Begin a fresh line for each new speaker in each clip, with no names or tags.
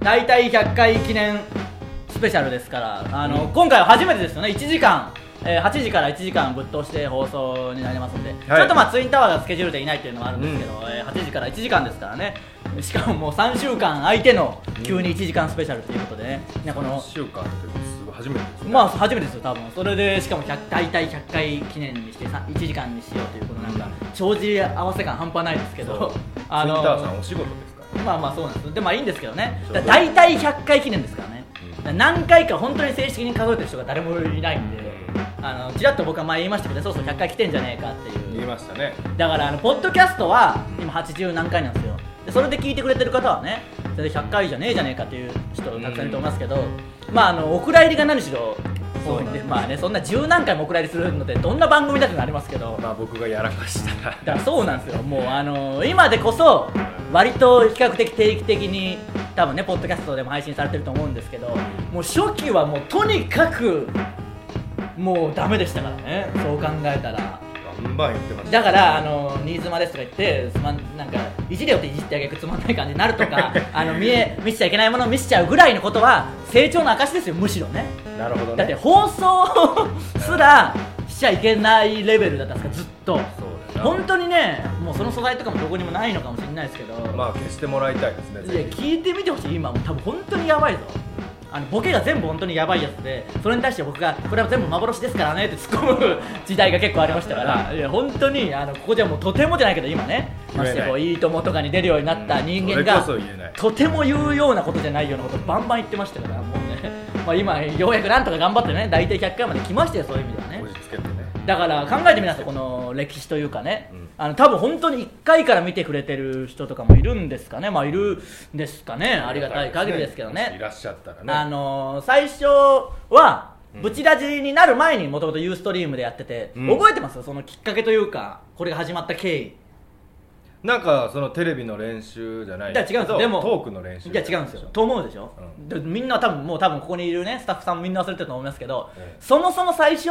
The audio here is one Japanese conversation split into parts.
大体100回記念スペシャルですからあの、今回は初めてですよね1時間、えー8時から1時間ぶっ通して放送になりますんで、ちょっとまあツインタワーがスケジュールでいないっていうのもあるんですけど、えー8時から1時間ですからねしかももう3週間相手の急に1時間スペシャルということでね、ねこの
1週間ってすごい初めてですね
まあ初めてですよ多分それでしかも100大体100回記念にしてさ1時間にしようというこのなんか長寿合わせ感半端ないですけど
あのターさんお仕事ですから
まあまあそうなんですでまあいいんですけどね
そう
だから大体100回記念ですからね、
うん
だから何回か本当に正式に数えてる人が誰もいないんで、あのちらっと僕は前言いましたけどそうそう100回来てんじゃねえかっていう
言いましたね
だからあのポッドキャストは今80何回なんですよでそれで聞いてくれてる方はねそれで100回じゃねえじゃねえかっていう人たくさんいると思いますけど、まああのお蔵入りが何しろ多いんでまあねそんな十何回もお蔵入りするのでどんな番組だってなりますけど
まあ僕がやらかしたら
だからそうなんですよもうあのー今でこそ割と比較的定期的に多分ねポッドキャストでも配信されてると思うんですけどもう初期はもうとにかくもうダメでしたからねそう考えたら
バンバン言ってました
だからあのー新妻ですとか言ってすまんなんかいじれよっていじってあげるつまんない感じになるとかあの見え見せちゃいけないものを見せちゃうぐらいのことは成長の証ですよむしろね
なるほどね
だって放送すらしちゃいけないレベルだったんですかずっと
そうだよ
本当にねもうその素材とかもどこにもないのかもしれないですけど、
なまあ消してもらいたいですね
いや
ぜひ
聞いてみてほしい今もう多分本当にやばいぞあのボケが全部本当にやばいやつでそれに対して僕がこれは全部幻ですからねって突っ込む時代が結構ありましたからいや本当にあのここじゃもうとてもじゃないけど今ね
言
ま
えない
してこういいともとかに出るようになった人間
うん
が
それこそ言えない
とても言うようなことじゃないようなことバンバン言ってましたからもうね、まあ、今ようやくなんとか頑張ってね大体100回まで来ましたよそういう意味ではね
こじつけてね
だから考えてみなさいこの歴史というかね、
うん
あの多分本当に1回から見てくれてる人とかもいるんですかねまあいるんですかねありがたい限りですけど
い
ね
らっしゃったらね
あのー最初はブチラジになる前にもともとユーストリームでやってて、
うん
覚えてますそのきっかけというかこれが始まった経緯
なんかそのテレビの練習じゃない
じゃあ違うんですよでも
トークの練習
じゃ違うんですよと思うでしょ、
うん
でみんな多分もう多分ここにいるねスタッフさんもみんな忘れてると思いますけど、
ええ
そもそも最初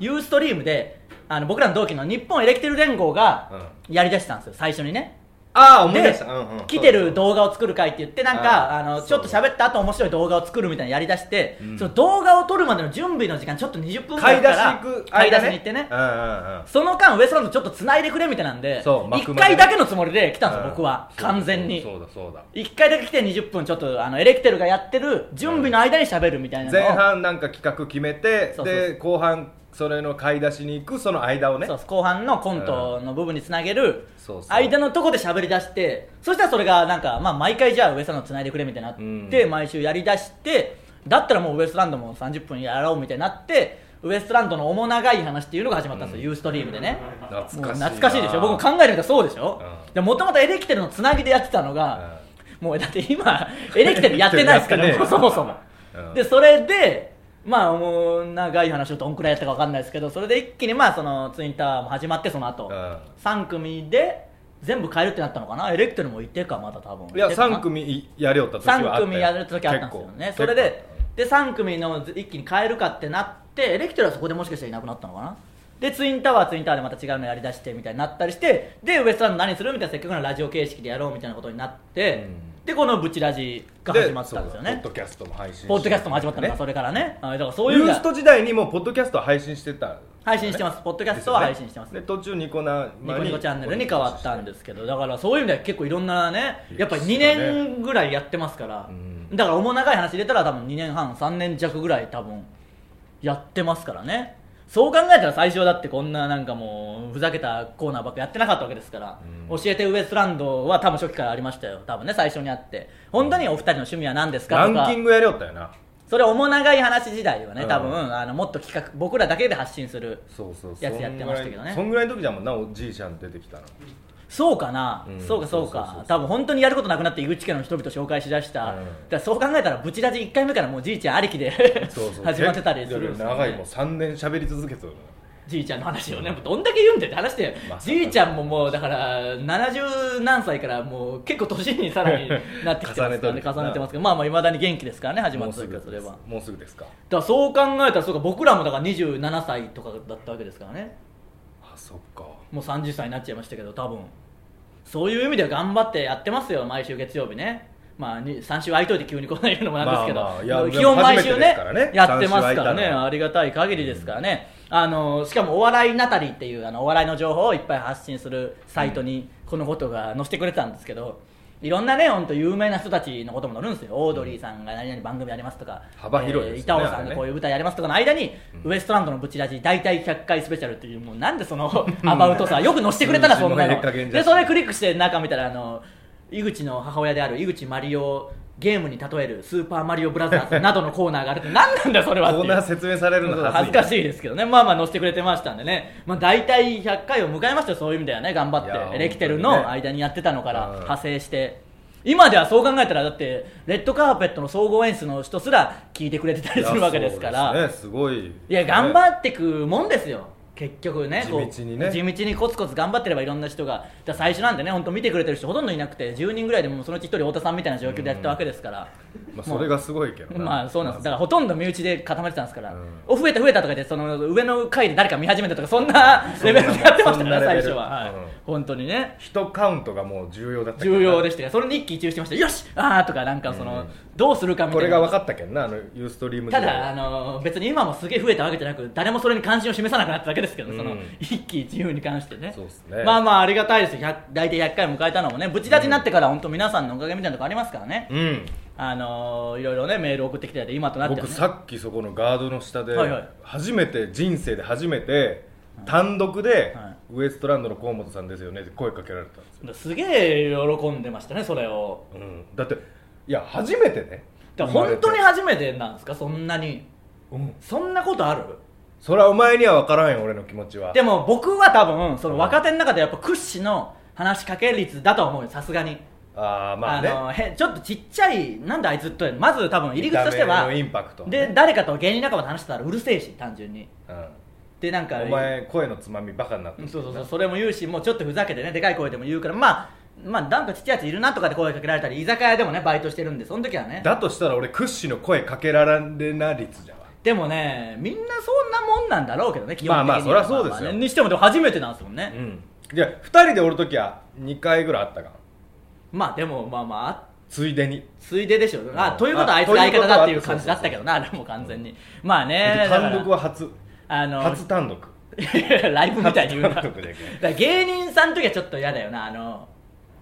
ユーストリームであの僕らの同期の日本エレキテル連合がやりだしたんですよ最初にね
ああ思い出
で
した、うんうん、
来てる動画を作る会って言ってなんか
あ
あの
そう
ちょっと喋った後面白い動画を作るみたいなのやりだして、
うん
その動画を撮るまでの準備の時間ちょっと20分ぐら
買い
い
出
か
し
ら
行く
買い出
間
しに行ってね
うんうんうん
その間ウエストランドちょっと繋いでくれみたいなんで
そう幕
1
まで
回だけのつもりで来たんですよ、
うん
僕は
そう
完全に
そうだそうだ
1回だけ来て20分ちょっとあのエレキテルがやってる準備の間に喋るみたいなのを
前半なんか企画決めて
そうそうそう
で後半それの買い出しに行くその間をね
そう後半のコントの部分につなげる
そうそう
間のとこで喋り出してそしたらそれがなんか、まあ、毎回じゃあウエストランドつないでくれみたいになって、
うん
毎週やりだしてだったらもうウエストランドも30分やろうみたいになってウエストランドの面長い話っていうのが始まったんですよ、ユーストリームでね
懐かしい
も
な
う懐かしいでしょ僕も考えるとそうでしょ
うん
もともとエレキテルのつなぎでやってたのが、もうだって今エレキテルやってないですか
やってね
ら
えよ
そもそも、
うん
でそれでまあもう長い話をどんくらいやったかわかんないですけどそれで一気にまあそのツインタワーも始まってその後、
うん
3組で全部変えるってなったのかなエレクトルもいてかまだ多分
いや
てかな
3組やりよった時はあったよ
3組やる時あったんですよね
結構
それで
結
で3組の一気に変えるかってなってエレクトルはそこでもしかしたらいなくなったのかなでツインタワーはツインタワーでまた違うのやりだしてみたいになったりしてでウエストランド何するみたいなせっかくのラジオ形式でやろうみたいなことになって、
うん
でこのブチラジ
構
が始まったんですよ
そうだ
ね
ポッドキャストも配信して
ポッドキャストも始まったのか、それからねあだからそういう
ユ
の
ー
が
スト時代にもうポッドキャストは配信してた
配信してますポッドキャストは配信してます
で途中ニコ生に
ニコニコチャンネルに変わったんですけどだからそういう意味では結構いろんなねやっぱり2年ぐらいやってますから、
うん
だから重長い話入れたら多分2年半3年弱ぐらい多分やってますからねそう考えたら最初はだってこんななんかもうふざけたコーナーばっかやってなかったわけですから、
うん
教えてウエストランドは多分初期からありましたよ多分ね最初にあって本当にお二人の趣味は何ですか
ラ
とか
ンキングやりよったよな
それ重長い話時代はね多分、
うん
あのもっと企画僕らだけで発信する
そうそうそう
やつやってましたけどね
そんぐらいの時だもんなおじいちゃん出てきたの
そうかな、
うん
そうかそう
そうそうそ
か
う
多分本当にやることなくなって井口家の人々紹介しだした、
うん
だからそう考えたらブチラジ1回目からもうじいちゃんありきで
そうそ う
始まってたりするんですよね
長いもう3年喋り続けてる
じいちゃんの話をねもうどんだけ言うんだよって話で、
まあ
じいちゃんももうだから70何歳からもう結構年にさらになってきてますからね
重ねとる
重ねてますけどまあまあいまだに元気ですからね始ま
もう
った
す
時
ぐ
はそれ
です
はだか
もうすぐですから
そう考えたらそうか僕らもだから27歳とかだったわけですからね
あそっか
もう30歳になっちゃいましたけど多分そういう意味では頑張ってやってますよ毎週月曜日ねまあ、に3週空いといて急にこんな言うのもなんですけど、
まあまあいや
基本毎週
初めてで
ね
すからね
やってますから
三週空
ね
いたのは
ありがたい限りですからね、あのしかも「お笑いナタリー」っていうあのお笑いの情報をいっぱい発信するサイトにこのことが載せてくれてたんですけどいろんなね本当有名な人たちのことも載るんですよオードリーさんが何々番組やりますとか
幅広いですね
板尾さんがこういう舞台やりますとかの間に、ウエストランドのブチラジ大体100回スペシャルっていうもうなんでそのアバウトさよく載せてくれたらそんな
うんいい
の
加減じゃ
でそれクリックして中見たらあの井口の母親である井口マリオをゲームに例えるスーパーマリオブラザーズなどのコーナーがあるって何なんだよそれ
コ
はっていう
ーナー説明されるのが
恥ずか
い
しいですけどね、まあまあ載せてくれてましたんでね、まあ、大体100回を迎えましたよ、そういう意味ではね、頑張
いや本
って、
当にね
レキテルの間にやってたのから
うん
派生して、今ではそう考えたら、だって、レッドカーペットの総合演出の人すら聞いてくれてたりするわけですか
いや
ら、
そうですねすごい
いや、頑張ってくもんですよ。結局ねこう
地道にね
地道にコツコツ頑張ってればいろんな人がだから最初なんでね本当見てくれてる人ほとんどいなくて10人ぐらいでもうそのうち1人太田さんみたいな状況でやったわけですから、
まあそれがすごいけど
まあそうなんですだからほとんど身内で固まってたんですから、
うん
お増えた増えたとかでその上の階で誰か見始めたとかそんな レベルでやってました
そん
か
な
ら
レベ
最
ル
初は、はい
うん
本当にね
人カウントがもう重要だったけどな
重要でしたからそれに一喜一憂してましたよしあーとかなんかその、どうするかみたい
こ
な
れが分かったけんなあのユーストリーム
た
時代
だ、あの別に今もすげえ増えたわけじゃなく誰もそれに関心を示さなくなっただけですけど、
うん
その一喜一憂に関してね
そうっすね
まあまあありがたいですよ100大体100回迎えたのもねぶち立ちになってから本当皆さんのおかげみたいなとこありますからね、
うん
あのいろいろねメール送ってきてやって今となっては、ね、
僕さっきそこのガードの下で
はいはい
初めて人生で初めて単独で
は
ウエストランドの河本さんですよねって声かけられたんですよ、
すげえ喜んでましたねそれを
うん、だっていや初めてね
だから本当に
生まれて
初めてなんですかそんなに
うん
そんなことある
それはお前には分からんよ俺の気持ちは
でも僕は多分その若手の中でやっぱ屈指の話しかけ率だとは思うよさすがに、
ああまあね
のへちょっとちっちゃいなんであいつとまず多分入り口として
見た
は
目のインパクト、
で誰かと芸人仲間と話してたらうるせえし単純に
うん
でなんか
お前声のつまみバカになっ
う
てる
んそうそうそうそれも言うしもうちょっとふざけてねでかい声でも言うからまあまあなんかちっちゃいやついるなとかで声かけられたり居酒屋でもねバイトしてるんでその時はね
だとしたら俺屈指の声かけられな率じゃわ
でもね、みんなそんなもんなんだろうけどね、基本的には
まあまあそりゃそうですよ
まあまあねにしても、でも初めてなんですもん
う
ね。
んいや2人でおる時は2回ぐらいあったか
まあでも、まあまあ、
ついでに
ついででしょう。あ、ということは
あ
あいつが相方だってい
といううことは
感じだったけどな、あれも完全に。まあね、
単独
は、
は初
あの、
初単独
ライブみたいに言うな。だ
初単
か
独で
ら芸人さんの時はちょっと嫌だよな、あの、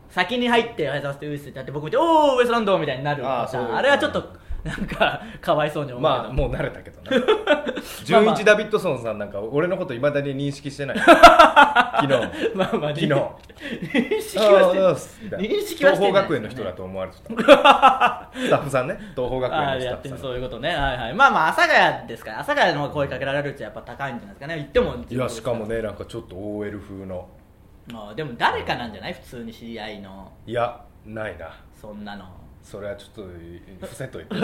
先に入って、ありがとうございますって言ってやって、僕見て、おー、ウエストランドみたいになる
あー
パターン
そう
あれはちょっと、なんか、かわいそうに思うけど。
まあもう慣れたけどね
まあ
純
まあ
一ダビッドソンさんなんか俺のこといまだに認識し てない昨日
まあまあ、
昨日
認識
あ
は
あおはようございま
し
す
て
み
な
た
い
いな
認識はしてないですよね
東邦学園の人だと思われてたスタッフさんね東邦学園
あ
の
ー
ス
や
タ
って
ッ
る
フさ
そういうことね、はいはい、まあまあ阿佐ヶ谷ですから阿佐ヶ谷の方が声かけられるってやっぱ高いんじゃないですかね言っても
んいやしかもねなんかちょっと OL 風の
まあでも誰かなんじゃない普通に知り合いの
いやないな
そんなの
それはちょっと伏せといて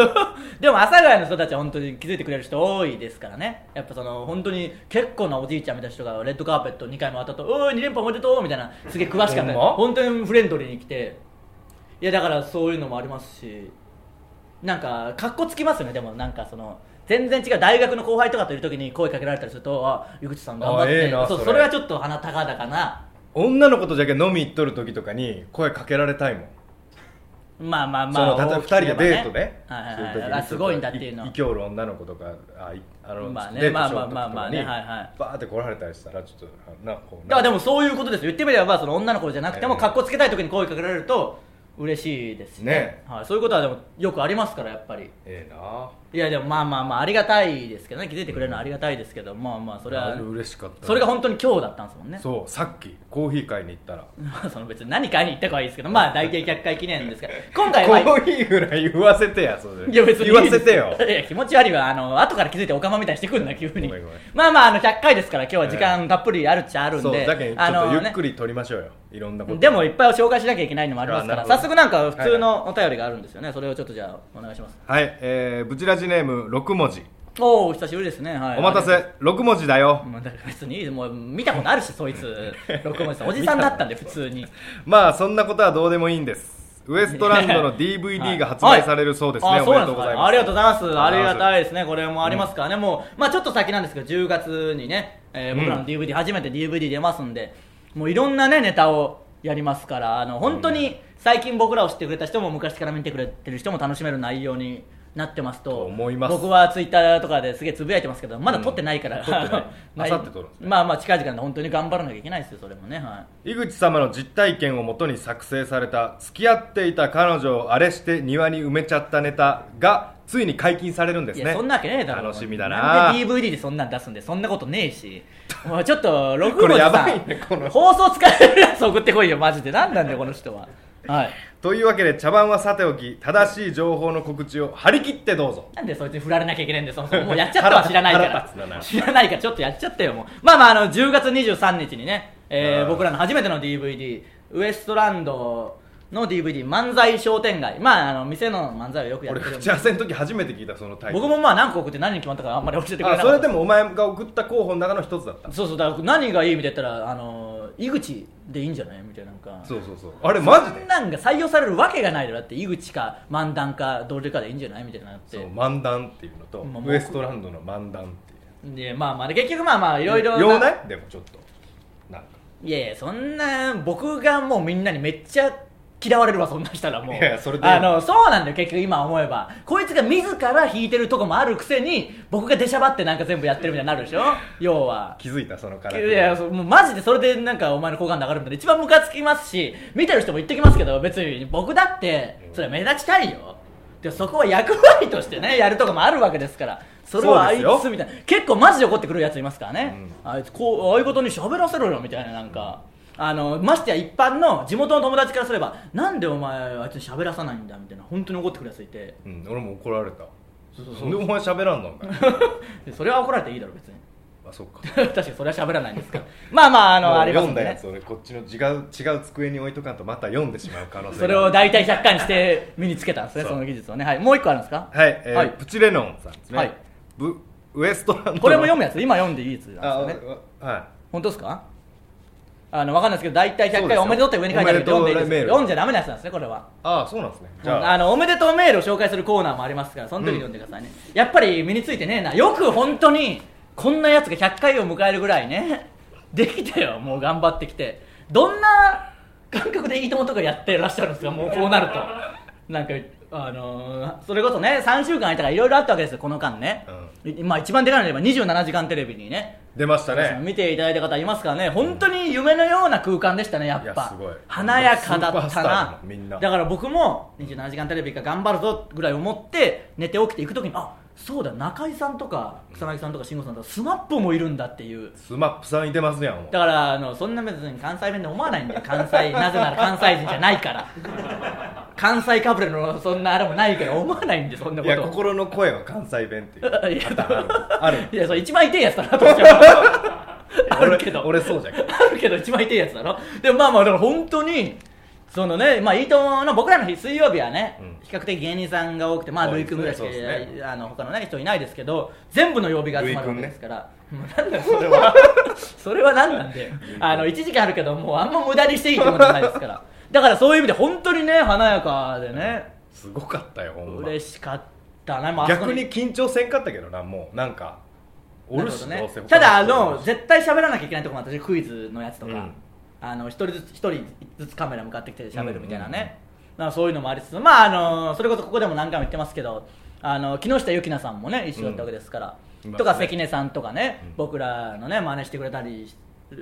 でも阿佐ヶ谷の人たちは本当に気づいてくれる人多いですからねやっぱその本当に結構なおじいちゃんみたいな人がレッドカーペット2回回ったと「おい2連覇おめでとう」みたいなすげえ詳しかった、
ほんま
本当にフレンドリーに来ていやだからそういうのもありますしなんかかっこつきますよねでもなんかその全然違う大学の後輩とかといる時に声かけられたりすると「あ井口さん頑張っ
あえ
て
え」な
そう
そ
そ
れ
れはちょっと鼻高々な
女の子とじゃけん飲み行っとる時とかに声かけられたいもん
まあまあ
そ
まあ
の例
大
えば2
きけ
人
れ
で
ば
デートね
はいはい
す
は
る
い
時に
あすごいんだっていうの
ちょっとい生きおる女の子とかあいあの
まあね
デートしようと
まあまあまあまあね
とかに
はいはい
バーって来られたりしたらちょっとなこう
だからで
も
もそういうことですよ言ってみればその女の子じゃなくても
ええ
格好つけたい時に声かけられると嬉しいですしね
ね
はい、そういうことはでもよくありますからやっぱり
ええない
やでもまあまあまあありがたいですけどね気づいてくれるのはありがたいですけど、まあまあそれ
あ
は
れ嬉しかった
それが本当に今日だったんですもんね
そうさっきコーヒー買いに行ったら
まあその別に何買いに行ったかはいいですけどまあ大体100回記念 ですから今
コ
回は
ーヒーぐらい言わせてやそれ
いや別にいい
言わせてよ
いや気持ち悪いわあの後から気づいておかまみたいにしてくるな急に
ごめんごめん
まあまああの100回ですから今日は時間たっぷりあるっちゃあるんで、
そうだけんちょ
あ
っ
の
とゆ
ね
っくり撮りましょうよいろんなこと
でもいっぱいを紹介しなきゃいけないのもありますから
あなる
早
ほど
速なんか普通のお便りがあるんですよね、それをちょっとじゃあお願いします
はいえーブチラジネーム6文字
おお久しぶりですね、はい、
お待たせ6文字だよ
まあだから別に もう見たことあるしそい つ六文字さんおじさんだったんで普通に
まあそんなことはどうでもいいんですウエスト ランドの DVD が発売されるそうですね、
はいあ
おめでとうございます
ありがとうございますありが
い
たいですねこれもありますからね、もうまあちょっと先なんですけど10月にね、えー僕らの DVD 初めて DVD 出ますんでもういろんなねネタをやりますからあの本当に最近僕らを知ってくれた人も昔から見てくれてる人も楽しめる内容になってますと
思います
僕はツイッターとかですげえつぶやいてますけどまだ撮ってないから、
うん 撮ってな
まあ
い明後日撮るんですね
まあまあ近い時間で本当に頑張らなきゃいけないですよそれもねはい
井口様の実体験をもとに作成された付き合っていた彼女をあれして庭に埋めちゃったネタがついに解禁されるんです
い
ね
やそんなわけねえだろ
楽しみだ
な
なん
で DVD でそんなん出すんでそんなことねえしもうちょっと6
こ
号
れ
で
や
さ
ばいねこの
放送使えるやつ送ってこいよマジで何なんだよこの人ははい
というわけで茶番はさておき正しい情報の告知を張り切ってどうぞ
なんでそいつに振られなきゃいけないんでそもそももうやっちゃったわ知らないか
腹立つだ
ら
な
知らないからちょっとやっちゃったよもうまあまああの10月23日にね、えー
うん
僕らの初めての DVD ウエストランドの DVD 漫才商店街まああの店の漫才をよくやっ
俺
てる
打
ん
ち
で
合わせの時初めて聞いたそのタイトル
僕もまあ何個送って何に決まったかあんまり教えてくれなか
あ
った
それでもお前が送った候補の中の一つだった
そうそうだから何がいいみたいな言ったらあの井口でいいんじゃないみたいななんか
そうそうそうあれマジ
そん
で
なんが採用されるわけがないだろだって井口か漫談かどれかでいいんじゃないみたいななっ
そう
て
漫談っていうのと、
まあ
ウエストランドの漫談っていう
でまあまあ結局まあまあいろいろ
用ないでもちょっとなんか
いやいやそんな僕がもうみんなにめっちゃ嫌われるわそんなしたらもう
いやいやそれで
あのそうなんだよ結局今思えばこいつが自ら弾いてるとこもあるくせに僕が出しゃばってなんか全部やってるみたいになるでしょ要は
気づいたそのから
いやそうもうマジでそれでなんかお前の好感度上がるみたいな一番ムカつきますし見てる人も言ってきますけど別に僕だってそれは目立ちたいよでもそこは役割としてねやるとかもあるわけですからそれはあい
そうです
つ
よ
みたいな結構マジで怒ってくるやついますからね、あいつこうああいうことに喋らせろよみたいななんか。あのましてや一般の地元の友達からすればなんでお前あいつに喋らさないんだみたいな本当に怒ってくるやついて
うん、俺も怒られた
そうそう
な
そうん
でお前喋らんのお前
でそれは怒られていいだろ別に
あそっか
確かにそれは喋らないんですからまあまああ
も
の
う
ありますん
読ん
で
だ
ね
やつ俺こっちの違う違う机に置いとかんとまた読んでしまう可能性が
それを大体100回にして身につけたんですね、
そう
その技術をね、はい、もう一個あるんですか、
はい、えー
はい
プチレノンさんですね、
はい
ブウエストランドの
これも読むやつ、今読んでいいやつなんです
あ
よ
わ
ね、
は
本当ですかあの分かんないですけど、大体100
そ
回
うですよ
おめでとうって上に書いてあるんで、
お
読んで
めで
いいで
とう
す
メール
読んじゃだめなやつなんですね、これは。
いああそうなんですねじゃあ
あのおめでとうメールを紹介するコーナーもありますから、その時に読んでくださいね、やっぱり身についてねえな、よく本当にこんなやつが100回を迎えるぐらいね、できたよ、もう頑張ってきて、どんな感覚でいいともとかやってらっしゃるんですか、もうこうなると、なんか、あのーそれこそね、3週間空いたから、いろいろあったわけですよ、この間ね、まあ、一番でかいので言えば27時間テレビにね、
出ましたね
見ていただいた方いますからね、本当に夢のような空間でしたね、やっ
いや
ぱ
すごい、
華やかだ
スーパ
っ
ースタ
た
ーだ
な
もんみんな
だから僕も27時間テレビが頑張るぞぐらい思って、寝て起きていくときに、あそうだ、中居さんとか草薙さんとか慎吾さんとか、スマップもいるんだっていう。
スマップさんいてますやんもう
だからあのそんな別に関西弁で思わないんだよ関西 なぜなら関西人じゃないから関西かぶれのそんなあれもないから思わないんでそんなこと
いや心の声は関西弁っていう
いや
パターンある
いやそれ一番痛いやつだなと思っちゃうあ
俺
るけど
俺そうじゃけど
あるけど一番痛いやつだろでもまあまあだから本当にそのねまあいいともの僕らの日水曜日はね、
うん
比較的芸人さんが多くてまあ
そう
ルイ
ですね
君ぐらいしか、
そうですね
あの他のね人いないですけど全部の曜日が集まるわけですから、もうなんだよそれはそれは何なん であの1時間あるけどもうあんま無駄にしていいってことじゃないですからだからそういう意味で本当にね華やかでね
すごかったよほんま
嬉しかったな、まああそこ
逆に緊張せんかったけどなもうなんかおるし
なる
ど
ほ
う
ど
せ他
ね、ただあ
人
の絶対喋らなきゃいけないとこもあったしクイズのやつとか、
うん
あの一人ずつ一人ずつカメラ向かってきて喋るみたいなね、なんかそういうのもありつつまああのそれこそここでも何回も言ってますけどあの木下ゆきなさんもね一緒だったわけですから、
うん
とか
いますね
関根さんとかね、
うん
僕らのね真似してくれたりし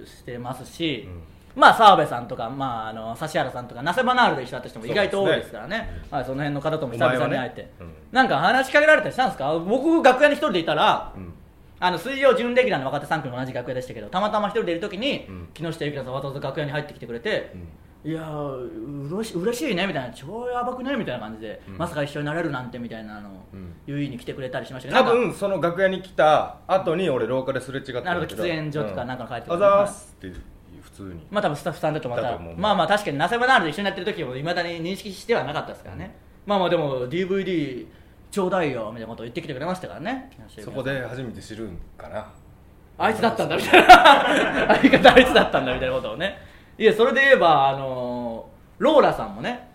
してますし、
うん
まあ澤部さんとか、まあ、あの指原さんとかナセバナールで一緒だった人も意外と多いですからね
そうです
はい、その辺の方とも久
お前
々
は
に
ね
会えて、
うん
なんか話しかけられたりしたんですか僕楽屋に一人でいたら、
うん
あの水曜準レギュラーの若手3組も同じ楽屋でしたけどたまたま一人でいる時に、
うん
木下ゆきなさんわざわざ楽屋に入ってきてくれて、いやーうれし嬉しいねみたいな超やばくねみたいな感じで、
うん
まさか一緒になれるなんてみたいなのを
うん
言いに来てくれたりしましたけど
多
なんか
分その楽屋に来た後に俺廊下ですれ違ったんだけ
なるほど喫煙所とかなんかの帰ってくる
うんあざーすって普通に
まあ多分スタッフさんだとま
だと
た
思う
まあまあ確かにナセバナールで一緒にやってる時もいまだに認識してはなかったですからね、まあまあでも DVD ちょうだいよみたいなことを言ってきてくれましたからね木下ゆきなさ
そ
ん
こで初めて知るんかな
あいつだったんだみ たいな相方あいつだったんだみたいなことをねいやそれで言えばあのーローラさんもね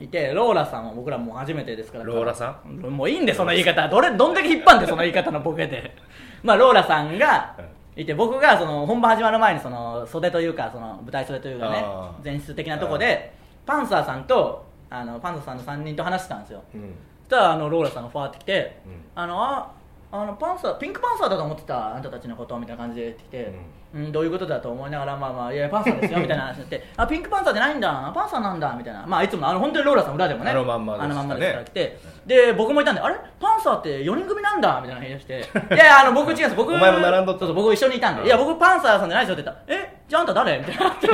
う
いてローラさんは僕らもう初めてですから
ローラさ
ん もういいんでその言い方どれどんだけ引っ張んでその言い方のボケでまあローラさんが
うん、
いて僕がその本番始まる前にその袖というかその舞台袖というかね
あー
前室的なとこでパンサーさんとあのパンサーさんの3人と話してたんですよ
うん
そしたらあのローラさんがファーって来て、
うん
あのああのパンサーピンクパンサーだと思ってたあんたたちのことみたいな感じで来て、うんどういうことだと思いながらまあまあいやパンサーですよみたいな話になってあピンクパンサーじゃないんだパンサーなんだみたいなまあいつものあの本当にローラさん裏でもね
あのまんまでしたね
あのまんまですから来てで僕もいたんであれパンサーって4人組なんだみたいな話をして いやいやあの僕違うんです僕
お前も並んどった
そうそう僕一緒にいたんで、
うん
いや僕パンサーさんじゃないですよって言ったらえじゃああんた誰みたいになって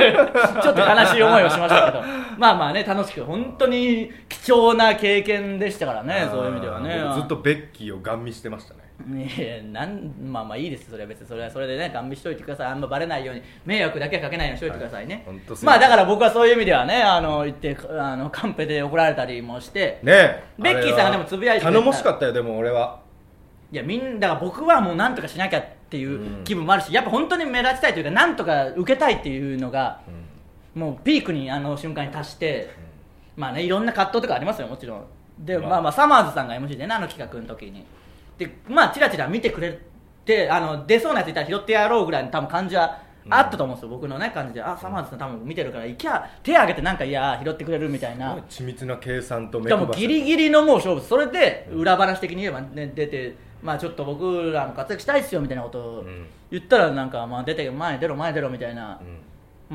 ちょっと悲しい思いをしましたけ どまあまあね楽しく本当に貴重な経験でしたからねそういう意味ではね
あー僕ずっとベッキーをガン見してましたね
いやなんまあまあいいですそれは別にそれはそれでね勘弁しといてくださいあんまバレないように迷惑だけはかけないようにしといてくださいね、
はいほんとすいま
ま
せ
あ
ん
だから僕はそういう意味ではねあの言ってあのカンペで怒られたりもして、
ねえ
ベッキーさんが
あれは
でもつぶやいてくれた
頼もしかったよでも俺はい
やみんなだから僕はもうなんとかしなきゃっていう気分もあるし、やっぱ本当に目立ちたいというかなんとか受けたいっていうのがもうピークにあの瞬間に達して、まあねいろんな葛藤とかありますよもちろんで、
まあ
まあ、まあサマーズさんが MC でねあの企画の時にでまあチラチラ見てくれてあの出そうなやついたら拾ってやろうぐらいの多分感じはあったと思うんですよ、僕のね感じであサマーズさん多分見てるから行きゃ手挙げてなんかいや拾ってくれるみたい
す
な
ごい緻密な計算と
し
目
か
配
も
せ
ギリギリのもう勝負それで裏話的に言えば、ね、出て、まあ、ちょっと僕らも活躍したいですよみたいなことを
うん
言ったらなんか、まあ、出て前に出ろ前に出ろみたいな、
うん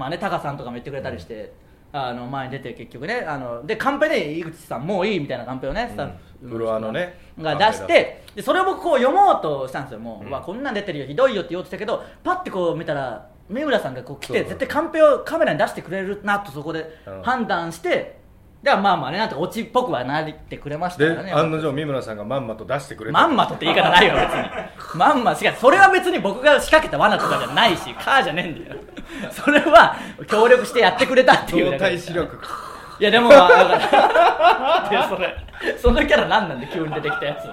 まあね、タカさんとかも言ってくれたりして、あの前に出て結局ねあのでカンペで井口さんもういいみたいなカンペをね、スタッフ
うんフロアのね
が
カン
出
ペだ
してでそれを僕こう読もうとしたんですよもう、
うん
わこんなん出てるよひどいよって言おうとしたけどパッてこう見たら三浦さんがこう来
そう
て
そう
絶対カンペをカメラに出してくれるなとそこで
うん
判断して、ではまあまあねなんかオチっぽくはなってくれました
で
からね
案の定三村さんがまんまと出してくれた
まんまとって言い方ないよ 別にまんましかそれは別に僕が仕掛けた罠とかじゃないしカーじゃねえん だよそれは協力してやってくれたっていう
動
だけ
体
です
視力
いやでもまあだから でそれそのキャラ何なんで急に出てきたやつ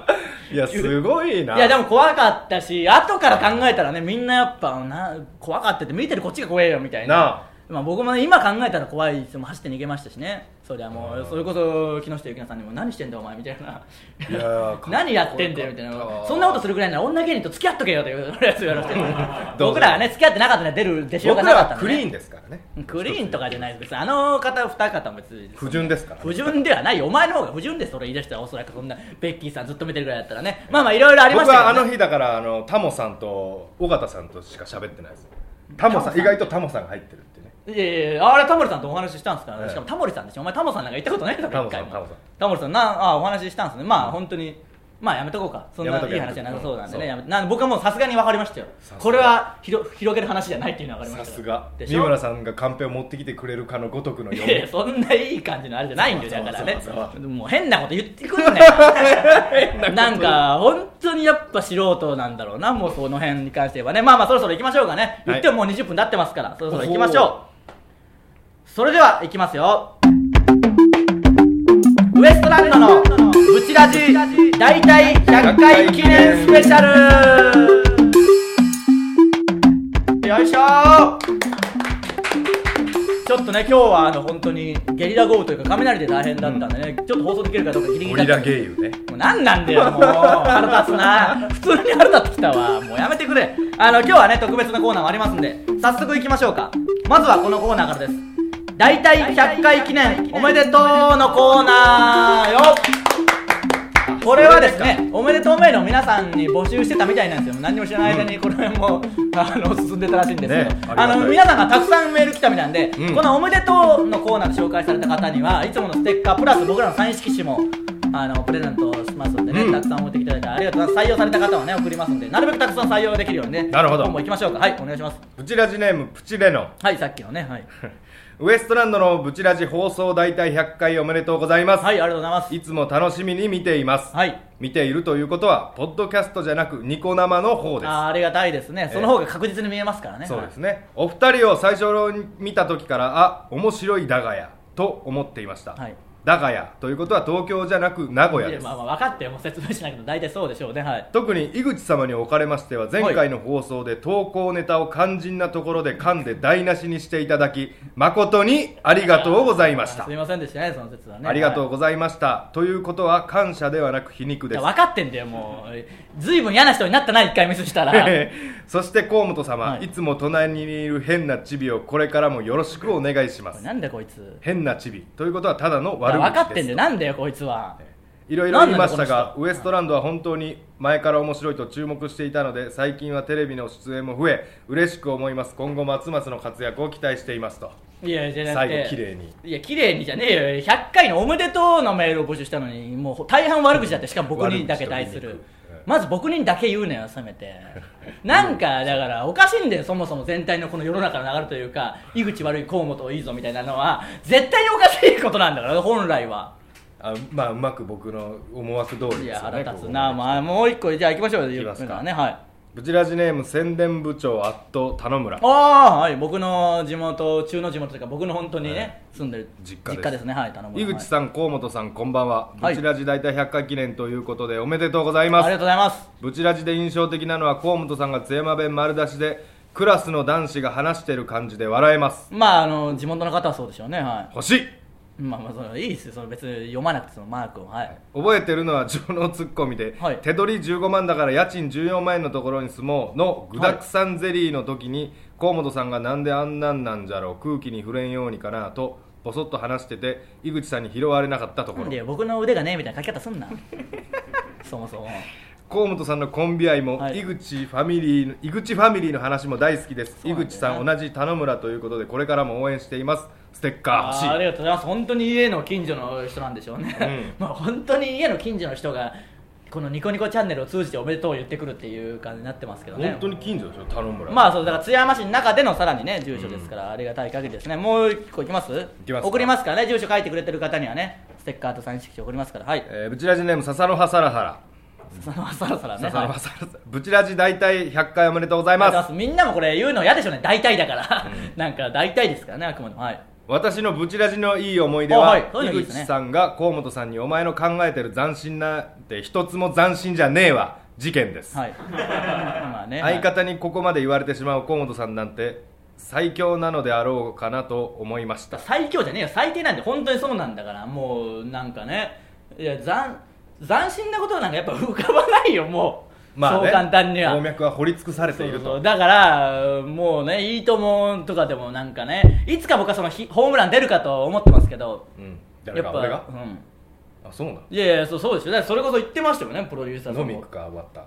いやすごいない
やでも怖かったし後から考えたらねみんなやっぱな怖かったって見てるこっちが怖えよみたいな
なあ
まあ、僕もね今考えたら怖いですもう走って逃げましたしねそりゃも
う
うんそれこそ木下ゆきなさんにも何してんだお前みたいない
やーかっこよかった
何やってんだよみたいなそんなことするぐらいなら女芸人と付き合っとけよというやつ言われて
どうぞ
僕らはね付き合ってなかったね出る弟子が
僕
なからった
は
の
ク
で
リ
ね
ーンですからね
クリーンとかじゃないです別にあの方二方も別に
不純ですから
不純ではないよお前の方が不純ですそれ言い出したらおそらくそんなベッキーさんずっと見てるぐらいだったらねまあまあいろいろありまし
僕
たけど、ね、
はあの日だからあのタモさんと尾形さんとしか喋ってないですタモさ
タモさ
ん
ん
意外とタモさんが入ってるっていうね
いやいやあれタモリさんとお話ししたんですから、
ええ
ね、しかもタモリさんでしょお前タモリさんなんか行ったことないだ
タ
ろ
モ
一
さん
回も
タモさん
タモリさんなんあお話ししたんですねまあ本当にまあやめとこうかそん
や
な
めと
い
け
い話じゃなさそうなんでね
や
やめなんで僕はもうさすがに分かりましたよ
さすが
これはひろ広げる話じゃないっていうのは分かりま
さ
した
すが
でし
三
ょ
村さんがカンペを持ってきてくれるかのごとくの
い
読
やいや
み
そんないい感じのあれじゃないんだよ
そう
だからね
そうそうそ
もう変なこと言ってくんねよ
なこと
なんか本当にやっぱ素人なんだろうなもうその辺に関してはねまあまあそろそろ行きましょうかね言ってももう20分経ってますからそろそろ行きまし
おほ
ょうそれでは行きますよウエストランドのブチラジ大体100回記念スペシャルよいしょちょっとね今日はあの本当にゲリラ豪雨というか雷で大変だったんでね、ちょっと放送できるかどうかギリギ
ゴ
リだ
リ
った
ラゲイユね
もう何なんだよもう腹立つな普通に腹立ってきたわもうやめてくれあの今日はね特別なコーナーもありますんで早速いきましょうかまずはこのコーナーからです大体100回記念おめでとうのコーナーよこれはですねおめでとうメールを皆さんに募集してたみたいなんですよ何にも知らない間にこの辺もあの進んでたらしいんですけど、
ねありがたい
あの皆さんがたくさんメール来たみたいなんで、
うん
このおめでとうのコーナーで紹介された方にはいつものステッカープラス僕らのサイン色紙もあのプレゼントしますのでね、
うん
たくさん送っていただいてありがとうございます採用された方はね送りますのでなるべくたくさん採用できるようにね
なるほど
今後行きましょうかはいお願いします
ブチラジネームプチレノン
はいさっきのねはい、
ウエストランドのブチラジ放送大体100回おめでとうございます、
はい、ありがとうございます
い、つも楽しみに見ています、
はい
見ているということはポッドキャストじゃなくニコ生の方です
あーありがたいですねその方が確実に見えますからね、
そうですねお二人を最初に見た時からあ面白いだがやと思っていました、
はい
だがやということは東京じゃなく名古屋です
まあまあ分かってよもう説明しなくても大体そうでしょうねはい
特に井口様におかれましては前回の放送で投稿ネタを肝心なところで噛んで台無しにしていただき誠にありがとうございました
すいませんでしたねその説はね
ありがとうございましたということは感謝ではなく皮肉です
分かってんだよもうずいぶん嫌な人になったな一回ミスした ら
そして河本様、
はい
い、つも隣にいる変なチビをこれからもよろしくお願いしま
これ
す
なんだよこいつ
変なチビということはただの
分
悪口です
かってんだよなんだよこいつはい
ろいろ言いました
なんな
が
んだこの人
ウエストランドは本当に前から面白いと注目していたので最近はテレビの出演も増え嬉しく思います今後ますますの活躍を期待していますと
いやじゃなく
最
て
後綺麗に
いや綺麗にじゃねえよ100回のおめでとうのメールを募集したのにもう大半悪口だってしかも僕にだけ対する
悪口と皮肉うん
まず僕にだけ言うなよせめ てなんかだからおかしいんだよそもそも全体のこの世の中の流れというか井口悪い河本いいぞみたいなのは絶対におかしいことなんだから本来は
あまあうまく僕の思惑通りですよね
いや腹立つ
こ
な
こ
まあもう一個じゃあ行きましょう
行き
よ
ますか
ねはい
ブチラジネーム宣伝部長アット田野村
ああはい僕の地元中の地元というか僕の本当にね、
はい
住んでる
実家です
ねはい頼む
井口さん河本さんこんばんは
はい
ブチラジ大体100回記念ということでおめでとうござ
はい
いま
あり
す
がとうございます
ブチラジで印象的なのは河本さんが津山弁丸出しでクラスの男子が話してる感じで笑えます
まああの地元の方はそうでしょうねは
星
いまあまあそのいいですよその別に読まなくてそのマークをはい
覚えてるのは情のツッコミで、
はい
手取り15万だから家賃14万円のところに住もうの具沢山ゼリーの時に、河本さんがなんであんなんなんじゃろう空気に触れんようにかなとぼそっと話してて井口さんに拾われなかったとこ
なん
ろ
で僕の腕がねみたいな書き方すんな そもそも
河本さんのコンビ愛も、
はい
井口ファミリーの井口ファミリーの話も大好きです、
そう
井
なんだよな
口さん同じ田野村ということでこれからも応援していますステッカ
あーあ
ー
りがとうございます本当に家の近所の人なんでしょうね、
う
まあ本当に家の近所の人がこのニコニコチャンネルを通じておめでとうを言ってくるっていう感じになってますけど
欲しい
ね
本当に近所でしょ田野村
まあそうだから津山市の中でのさらにね住所ですから、ありがたい限りですねもう一個いきます
きますか
送りますからね住所書いてくれてる方にはねステッカーとサイン色紙送りますからはい、
えーブチラジネーム笹の葉サラハラ
そのさらさらね
笹の
はい
葉サラハラブチラジ大体100回おめでとうござい
ありが
ま
とうございます
す
みんなもこれ言うの嫌でしょうね大体だから、なんか大体ですからねあくまでもはい
私のブチラジのいい思い出
あ
は、
はいそういうのい
井
いですね
口さんが河本さんにお前の考えてる斬新なんて一つも斬新じゃねえわ事件です、
はい まあね
相方にここまで言われてしまう河本さんなんて最強なのであろうかなと思いました
最強じゃねえよ最低なんで本当にそうなんだからもうなんかねいや斬斬新なことはなんかやっぱ浮かばないよもう、そう簡単には
鉱脈は掘り尽くされてい
そ
る
うそう
と
だからもうね「いいとも!」とかでもなんかねいつか僕はそのヒホームラン出るかと思ってますけど
うん
や
誰
っ
か
ぱ
俺が
うん
あそうなの
いやいやそうそうですよねそれこそ言ってましたよねプロデューサーさ
飲
ん
み
も
行くか終わった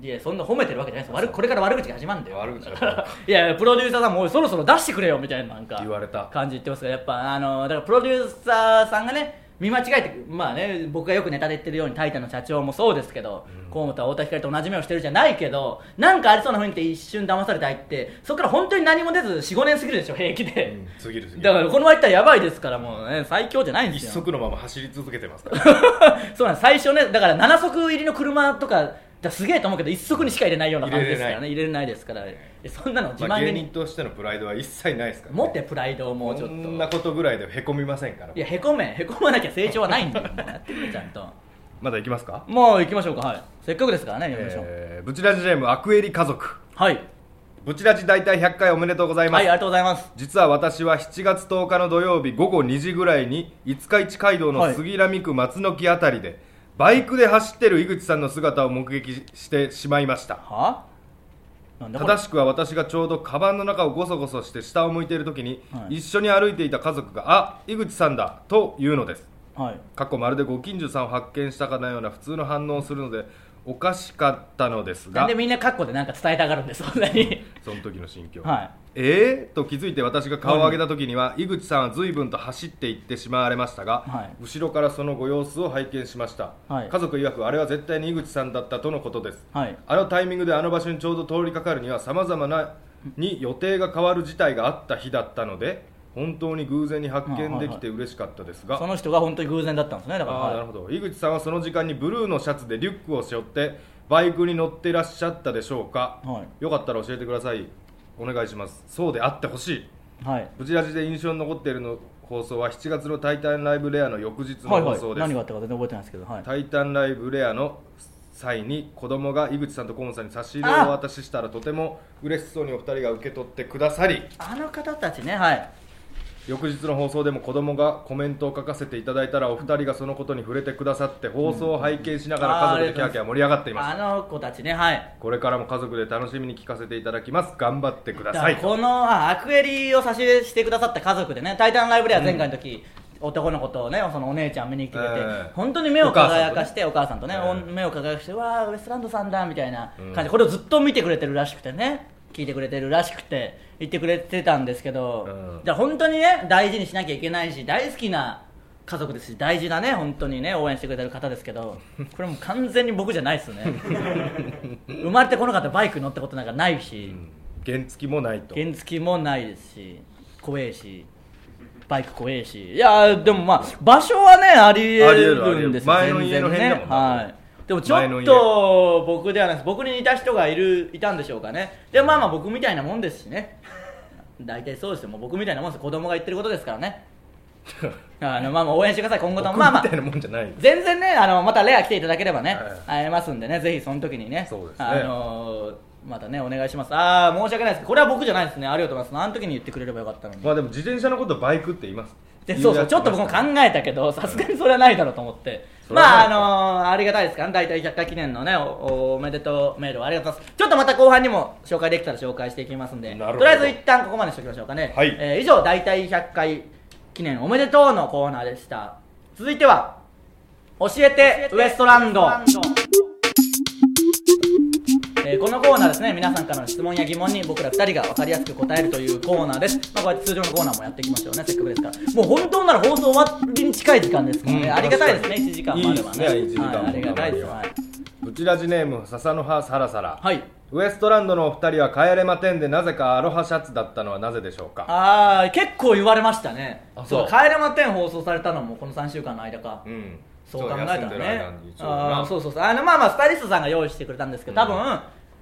いやそんな褒めてるわけじゃないです悪これから悪口が始まるんだよ
悪口が始まる
いやいやプロデューサーさんもおいそろそろ出してくれよみたいななんか
言われた
感じ言ってますからやっぱあのだからプロデューサーさんがね見間違えてまあね僕がよくネタで言ってるように「タイタン」の社長もそうですけど河本は太田光と同じ目をしてるじゃないけどなんかありそうな雰囲気で一瞬騙されて入ってそこから本当に何も出ず45年過ぎるでしょ平気で、
うん次です
だからこの前行ったらやばいですからもうね最強じゃないんで
一
すよ
足のまま走り続けてますから
そうなんです最初ねだから7足入りの車とかだすげえと思うけど1足にしか入れないような感じですからね入れれないですからいやそんなの自
まあ
慢げ
芸
に、
人としてのプライドは一切ないですからね
持ってプライドをもうちょっ
ことんないことぐらいでへこみませんから
やへこめへこまなきゃ成長はないんだよもうやってくれちゃんと
まだ行きますか
もう行きましょうかはいせっかくですからね読みましょう、
えーブチラジネームアクエリ家族
はい
ブチラジ大体100回おめでとうございま
は
す、
いありがとうございます
実は私は7月10日の土曜日午後2時ぐらいに五日市街道
は
の
い
杉並区松の木あたりで、バイクで走ってる井口さんの姿を目撃してしまいました
はあなんだこれ
正しくは私がちょうどカバンの中をゴソゴソして下を向いている時に、
はい
一緒に歩いていた家族が「あ井口さんだ」と言うのです
はい
過去まるでご近所さんを発見したかのような普通の反応をするのでおかしかったのです
なん
が
でみんなカッコでなんか伝えたがるんでそんな に
その時の心境、
は
えー、と気づいて私が顔を上げた時には、井口さんは随分と走っていってしまわれましたが、
はい
後ろからそのご様子を拝見しました、
はい
家族曰くあれは絶対に井口さんだったとのことです
いはい
あのタイミングであの場所にちょうど通りかかるにはさまざまなに予定が変わる事態があった日だったので本当に偶然に発見できて嬉しかったですが、
その人が本当に偶然だったんですねだから
あーなる
は
ほど井口さんはその時間にブルーのシャツでリュックを背負ってバイクに乗っていらっしゃったでしょうか、
は
よかったら教えてくださいお願いしますそうであってほしい
い、はい、
ブチラジで印象に残っているの放送は7月の「タイタンライブレア」の翌日の
はいは
放
い
送です、
何があったか全然覚えてないですけどはい
タイタンライブレアの際に子供が井口さんと河本さんに差し入れをお渡ししたらとても嬉しそうにお二人が受け取ってくださり
あの方たちねはい
翌日の放送でも子供がコメントを書かせていただいたらお二人がそのことに触れてくださって放送を拝見しながら家族でキャーキャー盛り上がっています
あの子たちねはい
これからも家族で楽しみに聞かせていただきます頑張ってくだ
だ
さ
か
い
らこのあアクエリを差し入れしてくださった家族でね「タイタンライブ」では前回の時、男の子とねそのお姉ちゃん見に来てくれて、
ええ
本当に目を輝かしてお母さんとね
ええ
お目を輝かして「わあウエストランドさんだ」みたいな感じ、
うん
これをずっと見てくれてるらしくてね聞いてくれてるらしくて言ってくれてたんですけど、
うん
じゃあ本当にね大事にしなきゃいけないし大好きな家族ですし大事なね本当にね応援してくれてる方ですけどこれもう完全に僕じゃないです ね生まれてこなかったバイク乗ったことなんかないし、
原付もないと
原付もないですし怖えしバイク怖えしいやーでもまあ場所はねありえ
ありえるありえ
る
る
んですよ
前の家
全然
の辺だもんな
はいでもち
前
ょ
の
っ
家
と僕ではないです僕に似た人がいるいたんでしょうかねでまあまあ僕みたいなもんですしね大体そうですよもう僕みたいなもんです子供が言ってることですからねあのまあまあ応援してください今後とも
僕
まあまあ
みたいなもんじゃない
全然ねあのまたレア来ていただければね、
はい
会えますんでねぜひその時にね
そうですね
あのーまたねお願いしますああ申し訳ないですこれは僕じゃないですねありがとうございますあの時に言ってくれればよかったのに、
まあでも自転車のことバイクって言います
でそうそうちょっと僕も考えたけどさすがにそれはないだろうと思って、
それは
ま
な
あ
い
あのーありがたいですからね大体100回記念のねおおおめでとうメールをありがとうございますちょっとまた後半にも紹介できたら紹介していきますんで
なるほど
とりあえず一旦ここまでにしておきましょうかね、
はい
えー以上大体100回記念おめでとうのコーナーでした続いては教えてウエストランドえーこのコーナーですね皆さんからの質問や疑問に僕ら2人が分かりやすく答えるというコーナーです、まあ、こうやって通常のコーナーもやっていきましょうねせっかくですからもう本当なら放送終わりに近い時間ですからね、
うん
ありがたいですね
確かに
1時間もあればね
いいですね1時間も
はい、ありがたいです
頑
は
張
い、
ブチラジネーム笹の葉サラサラ
はい、
ウエストランドのお二人は帰れま10でなぜかアロハシャツだったのはなぜでしょうか
あー結構言われましたね
あ
そう
そう
帰れま10放送されたのもこの3週間の間か、
うん
そう考えたら
ちょっと休んでる
ね
間にちょうどな
あーそうそうそうあのまあまあスタイリストさんが用意してくれたんですけど多分、
う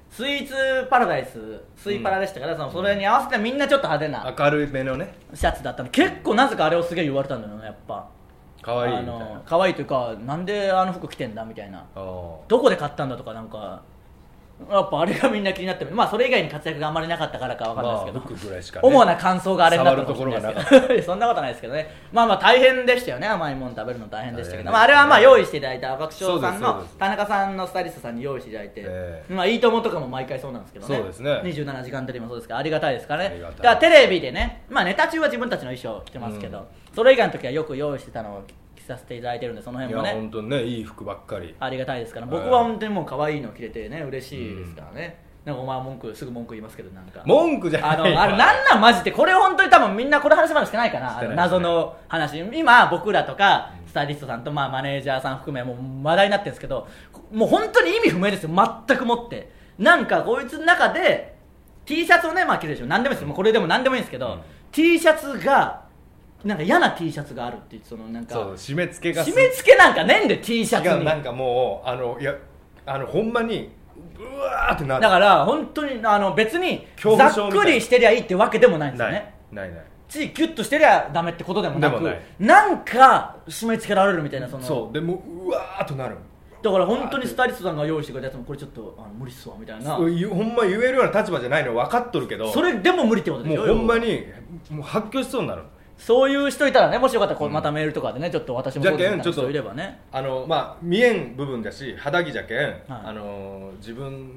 スイーツパラダイススイパラでしたから、そのそれに合わせてみんなちょっと派手な
明るい目のね
シャツだったの結構なぜかあれをすげえ言われたんだよねやっぱ
可愛い
あ
みたいな
の可愛いというかなんであの服着てんだみたいな
あー
どこで買ったんだとかなんかやっぱあれがみんな気になってるまあそれ以外に活躍があんまりなかったからかわかんないですけど、
まあ服ぐらいしかね
主な感想があれになったかもしれないですけ
触
ど いやそんなことないですけどねまあまあ大変でしたよね甘いもの食べるの大変でしたけど、
大変ですね
まあ、あれはまあ用意していただいた爆笑さん
そ
の
うですそうです
田中さんのスタイリストさんに用意していただいて、
え
まあいいと思とかも毎回そうなんですけどね
そうですね
27時間テレビもそうですからありがたいですから
あ
ね
りが
だ
たい
からテレビでねまあネタ中は自分たちの衣装を着てますけど、
うん
それ以外の時はよく用意してたのを着させていただいてるんでその
い
辺
や
もね
本当にねいい服ばっかり
ありがたいですから
はい
僕は本当にもう可愛いの着れてね嬉しいですからね、なんかお前は文句すぐ文句言いますけどなんか
文句じゃな
あ
い
のあれなんなんマジでこれ本当に多分みんなこれ話まだしてないかな
してない
あの謎の話今僕らとかスタイリストさんとまあマネージャーさん含めもう話題になってるんですけどもう本当に意味不明ですよ全くもってなんかこいつの中で T シャツをねまあ着るでしょ何でもいいですよもうこれでも何でもいいんですけど、
うん
T シャツがなんか嫌な T シャツがあるっていうそのなんか
そう締め付けがす
締め付けなんかねんで T シャツ
違
に
うなんかもうあのいやあのほんまにうわーってなる
だから本当にあの別に
恐
ざ
怖
っ
症みたいな
くりしてりゃいいってわけでもないんですよ
な
ね
いないない
ついギュッとしてりゃダメってことでもなく
でも
な
ない
んか締め付けられるみたいなその
そうでもううわーっとなる
だから本当にスタイリストさんが用意してくれたやつもこれちょっとあの無理っすわみたいな
そういうほんま言えるような立場じゃないの分かっとるけど
それでも無理ってことでし
も
ょ
うほんまにもう発狂しそうになる
そういう人いたらねもしよかったらこうまたメールとかでねちょっと私もそうですみたいな
じゃけんち
人
ょっと
いればね
あのまあ見えん部分だし肌着じゃけん、あ
あ
の自分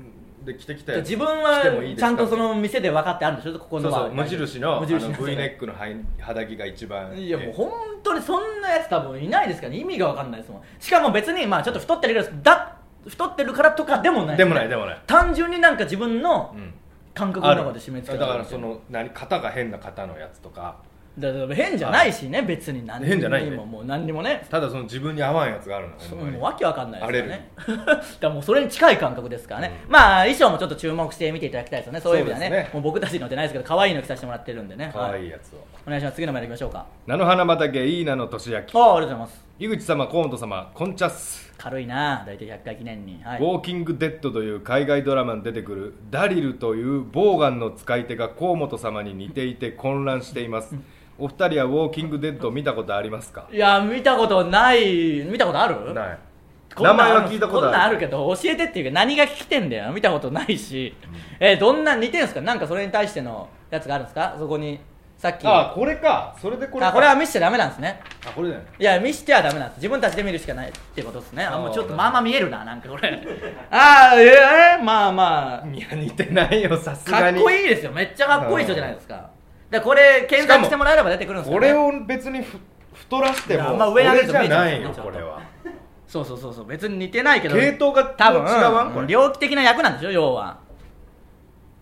で着てき
じ
た
ゃあ
やつ
自分
着てもい
はい
です
ち
か
ゃんとその店で分かってあるんでしょここ
そ
の
う
は
そう無印の
無印
あの V ネ
ね
ックのはい肌着が一番
いやもう本当にそんなやつ多分いないですからね意味が分かんないですもんしかも別にまあちょっと太ってるからだ太ってるからとかでもない
でもないでもない、
単純になんか自分の
うん、
感覚
あ
の
る
中で締め付け
だから
れて
そ
る
の何型が変な型のやつとか
だから変じゃないしね別に何にも
変じゃないね
もう何にもね
ただその自分に合わんやつがあるのほんま
も
に
うわけわかんないですよね だからもうそれに近い感覚ですからね、まあ衣装もちょっと注目して見ていただきたいですよねそういう意味ではね
そうですね
もう僕たちのじゃないですけど可愛いの着させてもらってるんでね
可
は
愛
い
いやつを
お願いします次のメールいきましょうか
菜の花畑いいなの年明き
ああありがとうございます
井口様河本様こんちゃっす、
軽いな大体100回記念にはい
ウォーキングデッドという海外ドラマに出てくるダリルというボーガンの使い手が河本様に似ていて混乱していますお二人はウォーキングデッド見たことありますか
いや見たことない見たことある
ない
こんなん
名前は聞いたことある
こんなんあるけど教えてっていうか何が聞きてんだよ見たことないし、えーどんな似てんすかなんかそれに対してのやつがあるんですかそこにさっき
あこれかそれでこれか
あこれは見せちゃダメなんですね
あこれだよね
いや見せてはダメなんです自分たちで見るしかないってことですねあ
あー
もうちょっとまあまあ見えるななんかこれ ああええまあまあ
いや似てないよさす
か
が
っ
に
こいいですよめっちゃかっこいい人じゃないですかでこれ検索してもらえれば出てくるんですよ、
こ
ね、
れを別にふ太らして
いや
も
まあ上投げる
俺
と
じゃない
見
よ
えちゃう
これは
そうそうそうそう別に似てないけど
系統が
多
違うわんこ
分
れ
猟奇的な役なんでしょ要は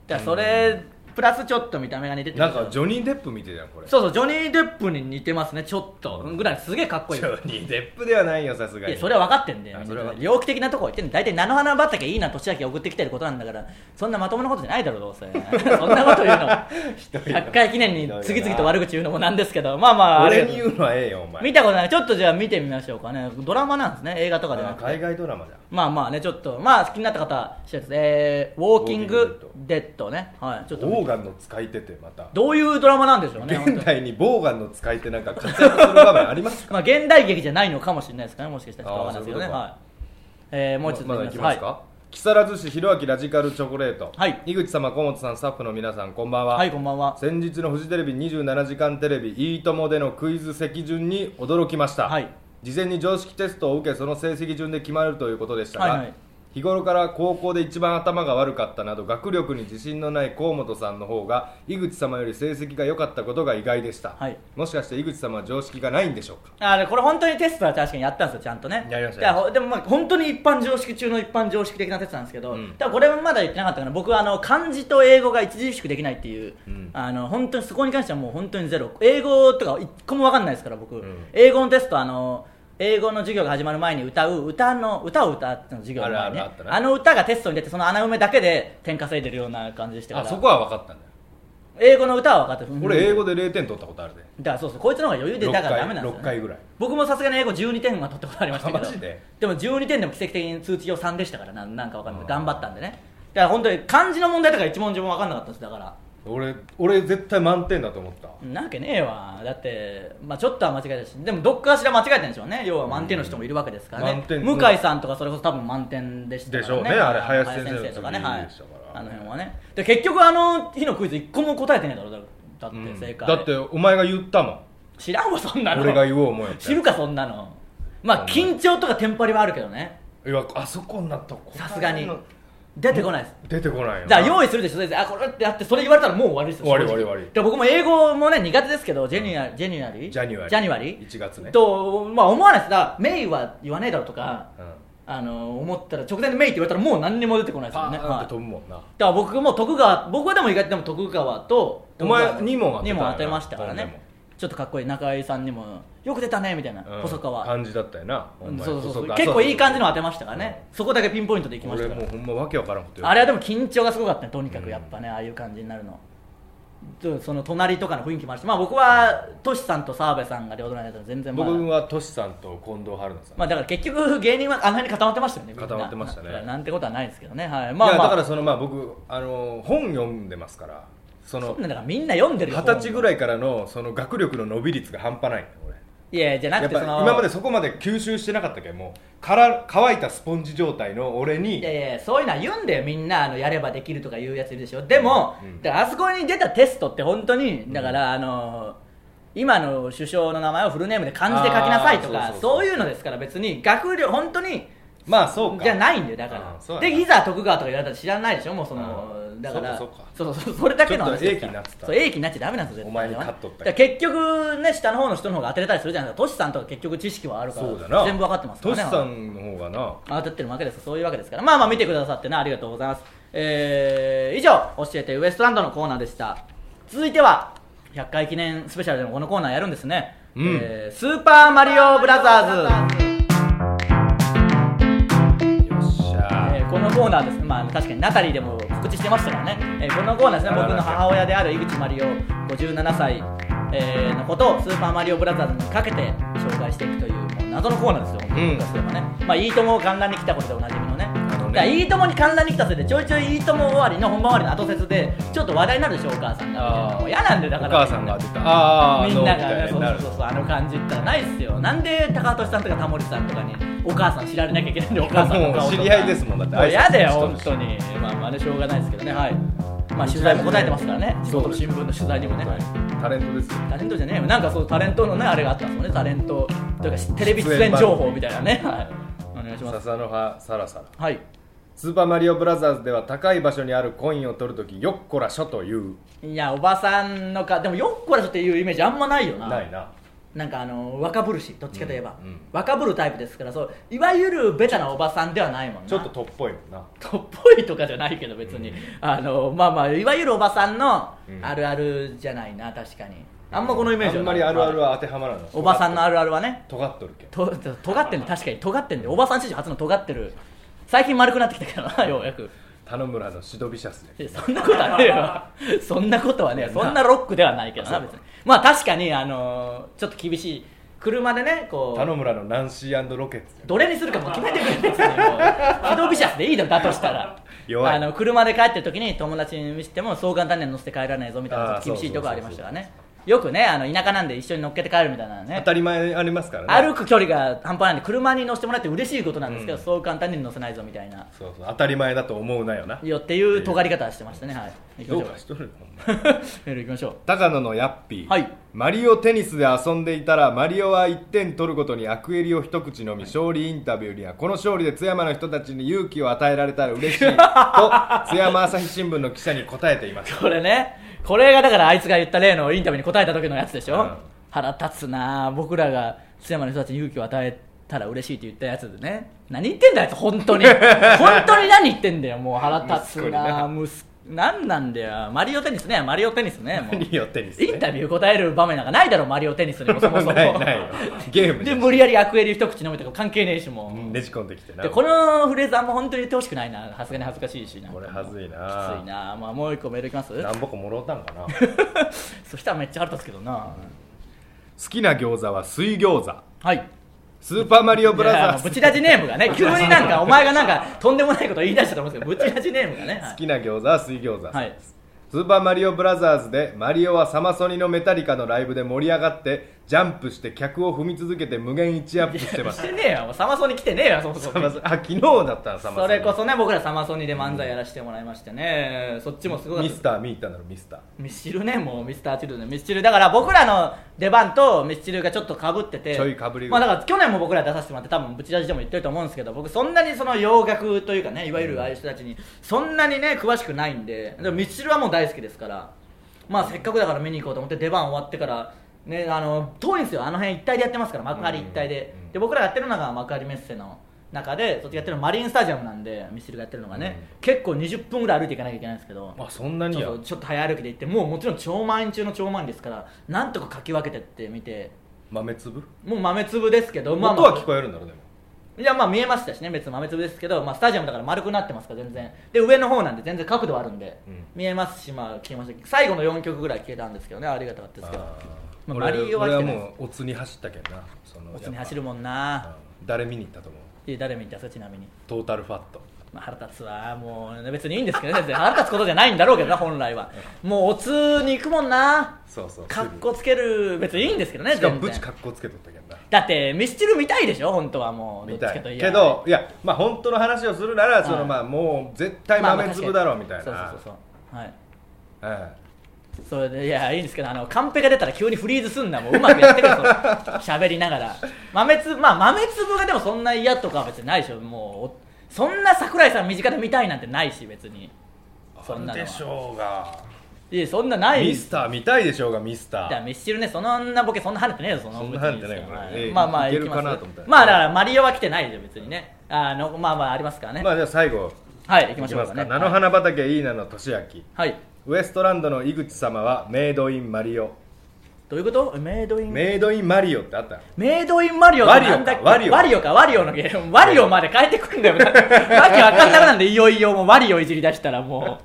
だからそれプラスちょっと見た目が似てて
なんかジョニー・デップ見てたよこれ
そうそうジョニー・デップに似てますねちょっとぐらいすげえかっこいい
ジョニー・デップではないよさすが
いや
に
それは分かってんだよ
あそれは分かって
猟奇的なとこ行ってんだ大体菜の花畑いいな年明け送ってきてることなんだからそんなまともなことじゃないだろうどうせそんなこと言うの100回記念に次々と悪口言うのもなんですけどまあまああれ
俺に言うのはええよお前
見たことないちょっとじゃあ見てみましょうかねドラマなんですね映画とかではな
あ
くて
海外ドラマじゃん
まあまあねちょっとまあ気になった方は知らずえー、ウォーキングデッドねはいちょっと
ボーガンの使い手ってまた
どういうドラマなんでしょうね本当
現
に
代にボーガンの使い手なんか活躍する場面あり ますか
まあ現代劇じゃないのかもしれないですかねもしかしたらちょっとわかんないですけどね
あーそういう
はいえー、もう一つ
まだ
い
い
き
き
ま
ますす
か
か、木更津市ひろあきラジカルチョコレート、
はい
井口様河本さんスタッフの皆さんこんばんは、
はいこんばんは
先日のフジテレビ27時間テレビ「いいとも!」でのクイズ席順に驚きました、
はい
事前に常識テストを受けその成績順で決まるということでしたが、
はいはい
日頃から高校で一番頭が悪かったなど学力に自信のない河本さんの方が井口様より成績が良かったことが意外でした、
はい
もしかして井口様は常識がないんでしょうか
あれこれ本当にテストは確かにやったんですよちゃんとね
やりました
だからほでもまあ本当に一般常識中の一般常識的なテストなんですけど、
うん
だからこれはまだ言ってなかったかな僕はあの漢字と英語が著しくできないっていう、
うん
あの本当にそこに関してはもう本当にゼロ英語とか一個も分かんないですから僕、
ん
英語のテストあの英語の授業が始まる前に歌う歌の歌を歌っての授業の前にね
あるあるあったね
あの歌がテストに出てその穴埋めだけで点稼いでるような感じでしたか
あ
ら
そこは分かったんだよ
英語の歌は分かってる、うん
俺英語で0点取ったことあるで
だからそうそうこいつの方が余裕でだからダメなんですよ、ね、
6回ぐらい
僕もさすがに英語12点は取ったことありましたけど
あマジで
も12点でも奇跡的に通知上3でしたからなんなんかわかんない
あー
頑張ったんでねだから本当に漢字の問題とか一問自分分かんなかったんですだから
俺俺絶対満点だと思った
なわけねえわだって、まあ、ちょっとは間違えたしでもどっかしら間違えてんでしょうね要は満点の人もいるわけですから
うん
ね
満、点
向井さんとかそれこそ多分満点でしたから、ね、
でしょうねあれ林先生の
林とかね、はい
次でしたから
あの辺はねで結局あの日のクイズ1個も答えてねえだろだだって正解、
だってお前が言ったもん
知らんわそんなの
俺が言おう思え
知るかそんなのまあ緊張とかテンパりはあるけどね
いやあそこになったら答え
さすがに
の
出てこないです
出てこないよ
じゃあ
よ
用意するでしょ先生あこれってだってそれ言われたらもう終わりですよ
終わり
正直
終わり終わり
で僕も英語もね苦手ですけどジェニュアジェニュアリ
ジャニュアリ
ジャニュアリ
1月ね
とまあ思わないですだからメイは言わねえだろうとか、
うん
あの思ったら直前でメイって言われたらもう何にも出てこないです
パ
よね
ーンっ
はい
て飛ぶもん
だ
な
から僕も徳川僕はでも意外とでも徳川と
お前
徳川
二問当てた
二
よな
問当てましたから
とんで
ね
も
ちょっとかっこいい中井さんにもよく出たねみたいな、
うん
細川
感じだったよなお
うん
前
そうそうそう
細川
結構いい感じの当てましたからね、そこだけピンポイントでいきまし
俺
たか
もう
ら
ほんまわけわからんこと言う
あれはでも緊張がすごかったねとにか
う
く
ん
やっぱね、ああいう感じになるのとその隣とかの雰囲気もあるし、まあ、僕はトシさんと澤部さんが両隣だったので全然まあ、
僕はトシさんと近藤春菜さん
まあだから結局芸人はあの辺に固まってましたよねみんな
固まってましたね
だからなんてことはないですけどねはい
い
まあ
や
まあ
だからそのまあ僕あの本読んでますからその
そんなだからみんな読んでるよ
二十歳ぐら
い
いからのその学力の伸び率が半端ないの俺
いやじゃな
や
く
ってぱ
その
今までそこまで吸収してなかったけどもうから乾いたスポンジ状態の俺に
いやいやそういうのは言うんだよみんなあのやればできるとか言うやついるでしょでも、
うん
だからあそこに出たテストって本当にだから、あの今の首相の名前をフルネームで漢字で書きなさいとか
あ
そ
ーそううそうそう
いうのですから別に学力本当に
まあそうか
じゃないんだよだか
あー
ら
そうやな
でいざ徳川とか言われたら知らないでしょもうその
あー
だから
そうか
そうそうそうそれだけの話です
ちょっと英気になってた
そう英気になっちゃダメなんですよ絶対
お前に勝っとった
だから結局ね下の方の人の方が当てれたりするじゃないですかトシさんとか結局知識はあるから
そうだな
全部わかってますから
トシ
ね
さんの方がな
当たってるわけですそういうわけですからまあまあ見てくださってねありがとうございますえー、以上教えてウエストランドのコーナーでした続いては100回記念スペシャルでもこのコーナーやるんですね、
うん
えースーパーマリオブラザーズ
よっしゃ
えーこのコーナーですね、まあ、確かにナタリーでも告知してましたからね、えーこのコーナーですね、僕の母親である井口マリオ57歳、えーのことをスーパーマリオブラザーズにかけて紹介していくという、もう謎のコーナーですよ、本当に
う
僕
ん
からすればね、まあ、いいとも観覧に来たことでおなじみのね、
あの
だからいいともに観覧に来たせいでちょいちょいいいとも終わりの本番終わりの後説でちょっと話題になるでしょお母さん
あ
が
ー
もう嫌なんでだ
お
から
母さんが出たああ
みんな
みた
が
い
そ
に
う
な
そ
る
うそうそうあの感じったらないっすよなんで高俊さんとかタモリさんとかにお母さん知られなきゃいけないんでお母さんの顔とか
もう知り合いですもんだって
もう嫌だよ
挨拶
本
した
当にまあまあねしょうがないですけどねはいまあ取材も答えてますからね地元の新聞の取材にもね
タレントですよ
タレントじゃねえよなんかそうタレントのねあれがあったんですよねタレントというかテレビ出演情報みたいなねはいお願いします
笹の葉サラサラ
はい
スーパーマリオブラザーズでは高い場所にあるコインを取るときよっこらしょという
いやおばさんのかでもよっこらしょっていうイメージあんまないよな
ないな
なんかあの若ぶるしどっちかといえば、
うんうん
若ぶるタイプですからそういわゆるベタなおばさんではないもんな
ちょっととっぽいもんな
とっぽいとかじゃないけど別に、あのまあまあいわゆるおばさんの
うん
あるあるじゃないな確かにあんまこのイメージ
あ
は
ん
な
ま
い
りあるあるは当てはまらない
おばさんのあるあるはね
尖っとるけん
とと尖ってんの確かに尖ってんでおばさん史上初の尖ってる最近丸くなってきたからなようやく
田野村のシドビシャス
いやそんなことはねえ わそんなことはねえわそんなロックではないけどな別にまあ確かにあのちょっと厳しい車でねこう
田野村のナンシーロケッツ
どれにするかもう決めてくれって別にもうヒドビシャスでいいだろだとしたら
弱い
あの車で帰ってる時に友達に見せてもそう簡単には乗せて帰らないぞみたいなちょっと厳しいとこありましたからねよくねあの田舎なんで一緒に乗っけて帰るみたいな
当
ね
たり前ありますからね
歩く距離が半端ないんで車に乗せてもらって嬉しいことなんですけど、
うん
そう簡単に乗せないぞみたいな
そうそう当たり前だと思うなよな
よっていう尖り方してましたねはい
ど
行
う
きま
か
し
しとるよほんま
ょう メール行きましょう
高野のヤッピー、
はい
マリオテニスで遊んでいたらマリオは1点取るごとにアクエリを一口飲み、勝利インタビューにはこの勝利で津山の人たちに勇気を与えられたら嬉しい と津山朝日新聞の記者に答えていました
これねこれがだからあいつが言った例のインタビューに答えた時のやつでしょ、
うん
腹立つなあ僕らが津山の人たちに勇気を与えたら嬉しいって言ったやつでね何言ってんだよあいつ本 当に本当に何言ってんだよもう腹立つなあ息子何なんだよマリオテニス ねマリオテニスねもう
マリオテニスね
インタビュー答える場面なんかないだろマリオテニスにもそもそも
ないないよゲーム
で
じゃん
無理やりアクエリ一口飲めとか関係ねえしもう、
ねじ込んできてな
でこのフレーズあんま本当に言ってほしくないなさすがに恥ずかしいしなんか
これはずいな
きついなあ、まあ、もう一個メールいきます
何ぼかもろうたんかな好
そしたらめっちゃ腹立つけどな、
きな餃子は水餃子
はい
スーパーマリオブラザー
ブ
ズ
チラジネームが ね急になんかお前がなんかとんでもないこと言い出したと思うんですけどブチラジネームがね、は
好
い
きな餃子は水餃子、
はい
スーパーマリオブラザーズでマリオはサマソニのメタリカのライブで盛り上がってジャンプして客を踏み続けて無限一アップしてまし
したてねえよもうサマソニ来てねえよそもそ
サ
も
マソニあ昨日だったらサマソ
そ
ニ
れこそね僕らサマソニで漫才やらせてもらいましてね、そっちもすごかっ
ミ
た
スターミーターなのミスター
ミスチルねもうミスターチルドレンミスチルだから僕らの出番とミスチルがちょっとかぶってて
ちょい被り
まあだから去年も僕ら出させてもらって多分ブチラジでも言ってると思うんですけど僕そんなにその洋楽というかねいわゆるああいう人たちにそんなにね詳しくないんででもミスチルはもう大好きですからまあせっかくだから見に行こうと思って出番終わってからねあの遠いんですよあの辺一帯でやってますから幕張一帯で
うん
で僕らやってるのが幕張メッセの中でそっちやってるのマリンスタジアムなんでミスチルがやってるのがね、結構20分ぐらい歩いていかなきゃいけないんですけど
あそんなにや
そうそうちょっと早歩きで行ってもうもちろん超満員中の超満員ですからなんとかかき分けてってみて
豆粒
もう豆粒ですけど、まあ
音
まあ、
は聞こえるんだろうでも
いやまあ見えましたしね別に豆粒ですけど、まあ、スタジアムだから丸くなってますから全然で上の方なんで全然角度はあるんで、
うん
見えますしまあ消えました最後の4曲ぐらい消えたんですけどねありがたかったですけど
あー
まあ
俺
マリオは
俺
来
は
てない
もうおつに走ったけんなその
おつに走
や
る
っ
もん
ぱ
な、
うん誰見に行ったと思う
で誰見たそれちなみに、
トータルファット
まあ、腹立つわもう別にいいんですけどね全然腹立つことじゃないんだろうけどな本来はもうお通に行くもんな
そうそう
かっこつける別にいいんですけどね
しかも
全然
ブチかっこつけとったけんな
だってミスチル見たいでしょ本当はもう
みた
どっちかと
い
いえば
けどいやまあ本当の話をするならそ
は
の
い
まあもう絶対
まあまあ
豆粒だろうみたい
そうそう
な
そうそうはい
え
それでいやいいんですけどあのカンペが出たら急にフリーズすんなもううまくや ってるよそれ喋りながら豆粒まあ豆粒がでもそんな嫌とかは別にないでしょもうおそんな桜井さん身近で見たいなんてないし別に
え
そんなの
ある
は
でしょうが
いやそんなない
ミスター見たいでしょうがミスタ
だから
ー
ミスチルねそんなボケそんな跳ねてねえよその
そんな跳ねてな
別
い
に
これ
はい
ええ
まあまあ
いける
行
かな
きます
と思ったら
まあだからマリオは来てないで別にねあのまあまあありますからね、
まあじゃあ最後
はい行き
い
ま
き
しょ
ま
う
す
か
か
ね
菜の花畑いいなの俊明
はい
ウエストランドの井口様はメイドインマリオ
どういうことメイドイン
メイドインマリオってあった
メイドインマリオってなんだっけ
ワリオか
ワリオかワリオのゲームワリオまで変えてくんだ よわけわかんなくなんでいよいよもうワリオいじり出したらも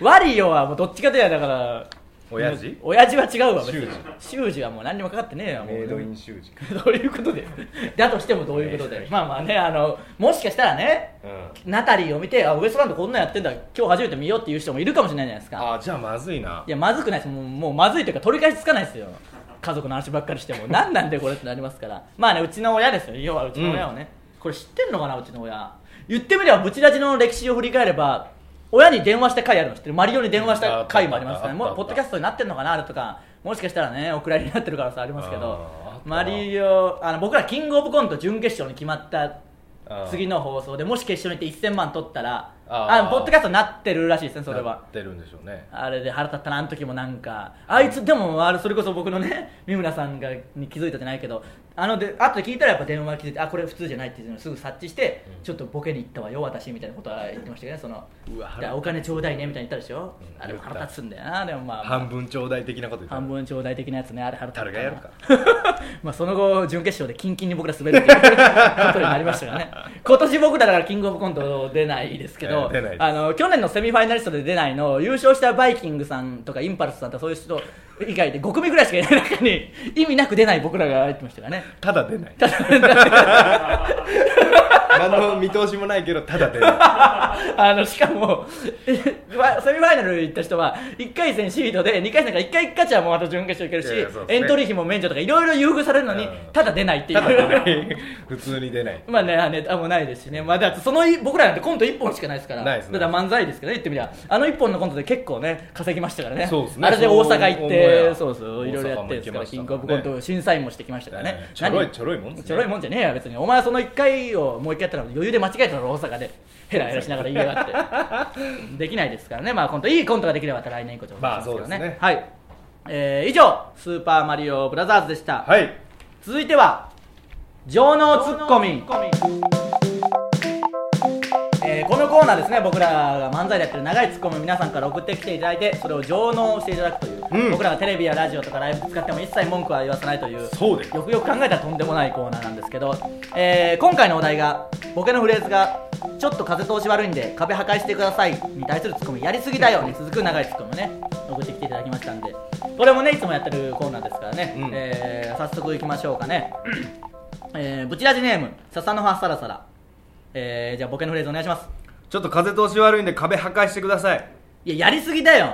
うワリオはもうどっちかというとだから
親父
親父は違うわ別に
習字
習字はもう何にもかかってねえよもう
メイドイン習字か
どういうことでだとしてもどういうことで、まあまあねあのもしかしたらね
うん
ナタリーを見てあウエストランドこんなんやってんだ今日初めて見ようっていう人もいるかもしれないじゃないですか
あーじゃあまずいない
やまずくないですもうもうまずいというか取り返しつかないですよ家族の話ばっかりしても何なんでこれってなりますからまあねうちの親ですよ要はうちの親をね、これ知ってんのかなうちの親言ってみればブチラジの歴史を振り返れば親に電話した回あるの知ってるマリオに電話した回もありますから
あ
ね
った
も
あったあった
うポッドキャストになってんのかなあれとかもしかしたらねお蔵入りになってるからさありますけ
あー
ど
あった
マリオあの僕らキングオブコント準決勝に決まった
あー
次の放送でもし決勝に行って1000万取ったら
あ
あ
ー
ポッドキャストになってるらしいですねそれ
や
は
ってるんでしょうね
あれで腹立ったなあの時もなんかあいつでもあれそれこそ僕のね 三村さんがに気づいたじゃないけどあので後で聞いたらやっぱ電話気づいてあこれ普通じゃないっていうのをすぐ察知して、ちょっとボケに行ったわよ私みたいなことは言ってましたけどねその
うわ
でお金ちょうだいねみたいに言ったでしょ、
うん
あれも
言った
腹立つんだよなでもまあ
半分ちょうだい的なこと言った
半分ちょうだい的なやつねあれ腹立ったな
誰がやるか
まあその後準決勝でキンキンに僕ら滑るっていうことになりましたから ね今年僕らだからキングオブコント出ないですけど
えー出ないです
あの去年のセミファイナリストで出ないの優勝したバイキングさんとかインパルスさんとかそういう人以外で5組ぐらいしかいない中に意味なく出ない僕らが入ってましたか らね
ただ 出ない
ただ
何の見通しもないけどただ出ない
あのしかもセミファイナル行った人は1回戦シードで2回戦から1回勝ちはもうあと準決勝いけるし
いやいやそうですね
エントリー費も免除とかいろいろ優遇されるのに
うん
ただ出ないってい
ただ出な
う。
い普通に出ない
まあね、ネタもないですしね、まあ、だってその僕らなんてコント1本しかないですから、
ないですね
だから漫才ですけどね、言ってみりゃ、あの1本のコントで結構ね、稼ぎましたからね、
そうですね
あれで大阪行っ
そう思え
て
ば、
そうそう、いろいろやってるんですから、
大阪も行きましたもんね
キングオブコント、審査員もしてきましたからね
ね、ちょろい
何
ちょろいもんですね
ちょろいもんじゃねえよ、別に、お前はその1回をもう1回やったら、余裕で間違えたの、大 阪で、へらへらしながら言いやがって、できないですからね、まあ、コント、いいコントができれば、また来年以降、ちょっと
まあそうですね
はいえー以上、スーパーマリオブラザーズでした。
はい
続いては情能ツッコミえーこのコーナーですね僕らが漫才でやってる長いツッコミを皆さんから送ってきていただいてそれを情能していただくという、
うん
僕らがテレビやラジオとかライブ使っても一切文句は言わせないという
そうです
よくよく考えたらとんでもないコーナーなんですけど、えー今回のお題がボケのフレーズが「ちょっと風通し悪いんで壁破壊してください」に対するツッコミ「やりすぎだ よ」に続く長いツッコミをね送ってきていただきましたんでこれもねいつもやってるコーナーですからね、
うん
えー早速いきましょうかね、えーブチラジネーム笹の葉サラサラ、えーじゃあボケのフレーズお願いします
ちょっと風通し悪いんで壁破壊してください
いややりすぎだよ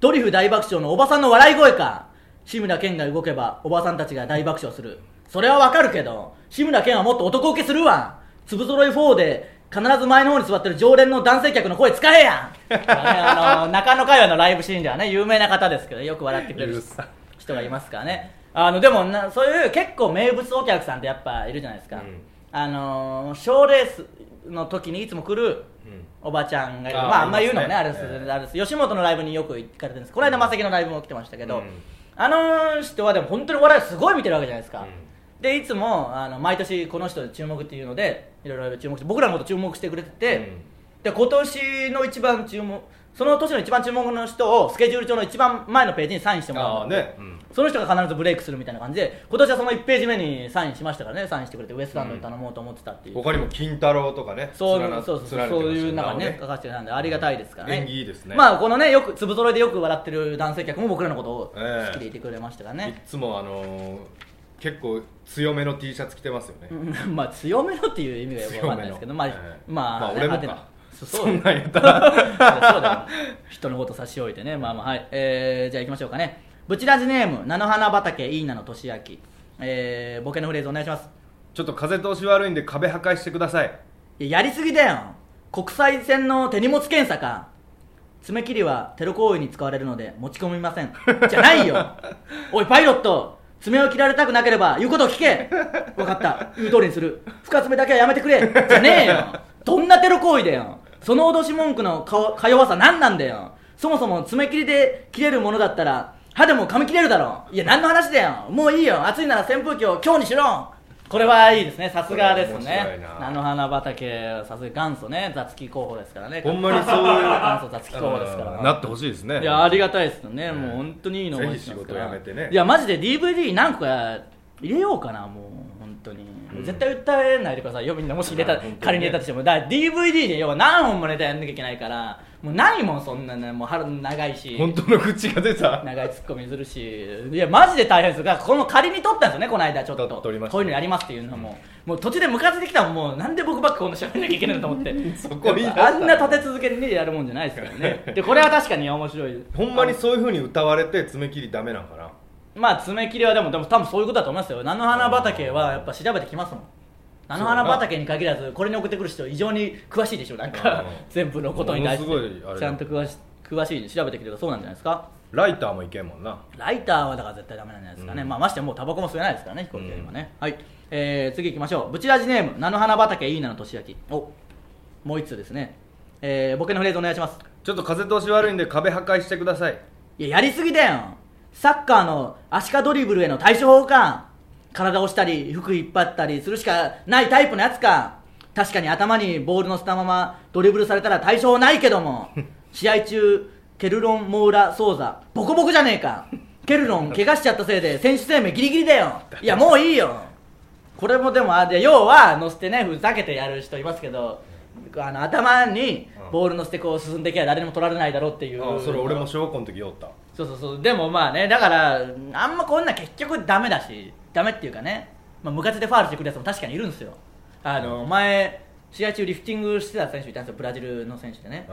ドリフ大爆笑のおばさんの笑い声か志村けんが動けばおばさんたちが大爆笑するそれはわかるけど志村けんはもっと男受けするわ粒揃い4で必ず前の方に座ってる常連の男性客の声使えやねあの中野界隈のライブシーンではね有名な方ですけどよく笑ってくれ
う
る
るさい
人がいますからねあのでもなそういう結構名物お客さんってやっぱいるじゃないですか、
うん
あのー賞レースの時にいつも来る
うん
おばちゃんがいる
あー
まああんま
い
言
ま
うの
す
もね
ね
あれです、
ええ
あれです吉本のライブによく行かれてるんですこの間マセキのライブも来てましたけど、
うん
あの人はでも本当に笑いすごい見てるわけじゃないですか、
うん
でいつもあの毎年この人注目っていうのでいろいろ注目して僕らのこと注目してくれてて、で今年の一番注目その年の一番注目の人をスケジュール帳の一番前のページにサインしてもらう
ああね、うん
その人が必ずブレイクするみたいな感じで今年はその1ページ目にサインしましたからねサインしてくれてウエストランドに頼もうと思ってたっていう、
他にも金太郎とかね
そう
連な
そうそうそう
連なってましたよ
いう中に
なお
ね書かせてたんでありがたいですからね
縁起いいですね
まあこのねよく粒揃いでよく笑ってる男性客も僕らのことを
ええ
好きでいてくれましたから
いっ
ね、
つもあのー結構強めの T シャツ着てますよね、
うんまあ強めのっていう意味がよくわかんないですけどまあ、
強めのええ
まあ、
まあ俺も
派
か
手なそう
そんなんやったら
そうだよ人のこと差し置いてねまあまあはい、えー、じゃあ行きましょうかねブチラジネーム菜の花畑いいなのとしあきえー、ボケのフレーズお願いします
ちょっと風通し悪いんで壁破壊してください
いややりすぎだよ国際線の手荷物検査か爪切りはテロ行為に使われるので持ち込みませんじゃないよおいパイロット爪を切られたくなければ言うことを聞け分かった言う通りにする深爪だけはやめてくれじゃねえよどんなテロ行為だよその脅し文句の顔か弱さ何なんだよそもそも爪切りで切れるものだったら歯でも噛み切れるだろいや何の話だよもういいよ暑いなら扇風機を今日にしろこれはいいですねさすがです
これは面白
ね
いな
菜の花畑さすが元祖ね雑記候補ですからね
ほんま にそういう
元祖雑記候補ですから
うんなってほしいですね
いやありがたいですよね、
うん
もう本当にいいの思いつきますから
ぜひ仕事辞めてね
いやマジで DVD 何個か入れようかなもう本当に、
うん
絶対訴えないでくださいよみんなもし入れた、
あ本当にね
仮に入れたとしてもだから DVD で要は何本もネタやんなきゃいけないからもうないもんそんなのもう春長いし
本当の口が出た
長いツッコミするしいやマジで大変ですだからこの仮に撮ったんですよねこの間ちょっと
撮撮りました
こういうのやりますっていうのももう途中でムカついてきたもんもうなんで僕ばっかこんな喋んなきゃいけないのと思って
そこ言い出した
あんな立て続けにねやるもんじゃないですから ねでこれは確かに面白い
ほんまにそういう風に歌われて爪切りダメなんかな
まあ爪切りはでもでも多分そういうことだと思いますよ菜の花畑はやっぱ調べてきますもん菜の花畑に限らずこれに送ってくる人異常に詳しいでしょなんか
うん
全部のことに対して
ものすごいあれだ
ちゃんと詳し詳しいに調べてきてるそうなんじゃないですか
ライターもいけんもんな
ライターはだから絶対ダメなんじゃないですかね、
うん
まあましてやもうタバコも吸えないですからね飛行機は今ね、はい、えー、次行きましょうブチラジネーム菜の花畑いいなのとしあきおもう一通ですね、えー、ボケのフレーズお願いします
ちょっと風通し悪いんで壁破壊してください
いややりすぎだよサッカーの足かドリブルへの対処法か体を押したり服引っ張ったりするしかないタイプのやつか確かに頭にボールのせたままドリブルされたら対処法ないけども試合中ケルロン・モーラ・ソーザボコボコじゃねえかケルロン怪我しちゃったせいで選手生命ギリギリだよいやもういいよこれもでもあで要は乗せてねふざけてやる人いますけどあの頭にボール乗せてこう進んでいけば誰にも取られないだろうっていう
あそれ俺も小学校の時酔った
そうそうそうでもまあねだからあんまこんな結局ダメだしダメっていうかね、まあ、ムカついてファールしてくるやつも確かにいるんですよあの前試合中リフティングしてた選手いたんですよブラジルの選手でね
う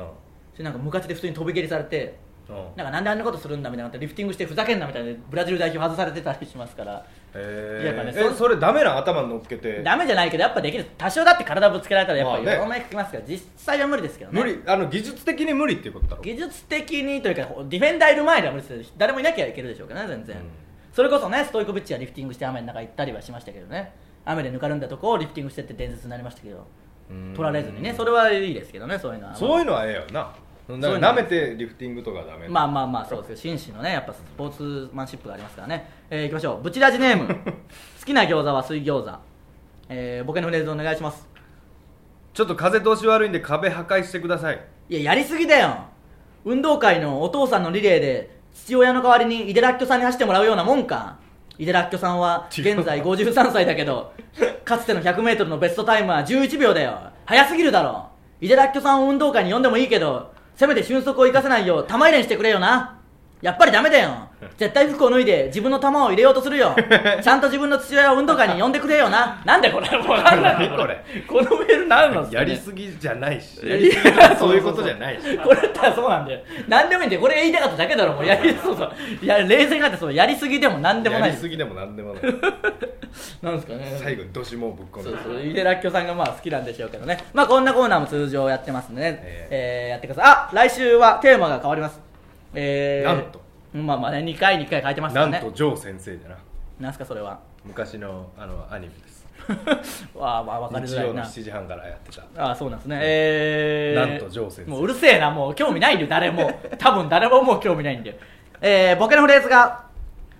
それなんかムカついて普通に飛び蹴りされて
んうん
なんかなんであんなことするんだみたいなリフティングしてふざけんなみたいなブラジル代表外されてたりしますからいや
え
まあね
ー、
そ
えそれダメなん頭に乗っけて
ダメじゃないけどやっぱできる多少だって体ぶつけられたらやっぱり
まあね
両面効きますから実際は無理ですけどね
無理あの技術的に無理っていうことだろ
技術的にというかディフェンダーいる前では無理ですよ誰もいなきゃいけるでしょうからね全然、
うん
それこそねストイコビッチはリフティングして雨の中行ったりはしましたけどね雨でぬかるんだとこをリフティングしてって伝説になりましたけど
うん
取られずにねそれはいいですけどねそういうのは
そういうのはええよな
う
だ
いうの
から舐めてリフティングとかはダメ
まあまあまあそうですけど紳士のねやっぱスポーツマンシップがありますからねえー、いきましょうブチラジ ネーム好きな餃子は水餃子えー、ボケのフレーズお願いします
ちょっと風通し悪いんで壁破壊してください
いや、やりすぎだよ。運動会のお父さんのリレーで、父親の代わりに井手らっきょさんに走ってもらうようなもんか。井手らっきょさんは、
違う
現在53歳だけど、かつての 100m のベストタイムは11秒だよ。早すぎるだろ。井手らっきょさんを運動会に呼んでもいいけど、せめて俊足を生かせないよう玉入れにしてくれよな。やっぱりダメだよ。絶対服を脱いで自分の玉を入れようとする よ。ちゃんと自分の父親を運動会に呼んでくれよな。なんでこれもうなんなのこれ。このメールなんなんすか、ね、
やりすぎじゃないし
いや
やりすぎはそういうことじゃないし
これだったらそうなんだよ何でもいいんだよこれ言いたかっただけだろもうやりそうそういや冷静になってそうやりすぎでも何でもな
や
い
りすぎでもなんでもない
なんですかね
最後にどしもぶっ込
そ
ん
う
で
そう井手らっきょさんがまあ好きなんでしょうけどねまあこんなコーナーも通常やってますんでね、え
え
ーやってくださいあ来週はテーマが変わりますえー、
なんと
まあまあね2回2回変えてました
な
よ
ん
ね
とジョー先生だな
なんすかそれは
昔のあのアニメです
わあまあ分かり
日
づら
曜
い
の
な
7時半からやってた
ああそうなんですねえー、
なんと上先生
もううるせえなもう興味ないんだよ誰も 多分誰ももう興味ないんだよえー、ボケのフレーズが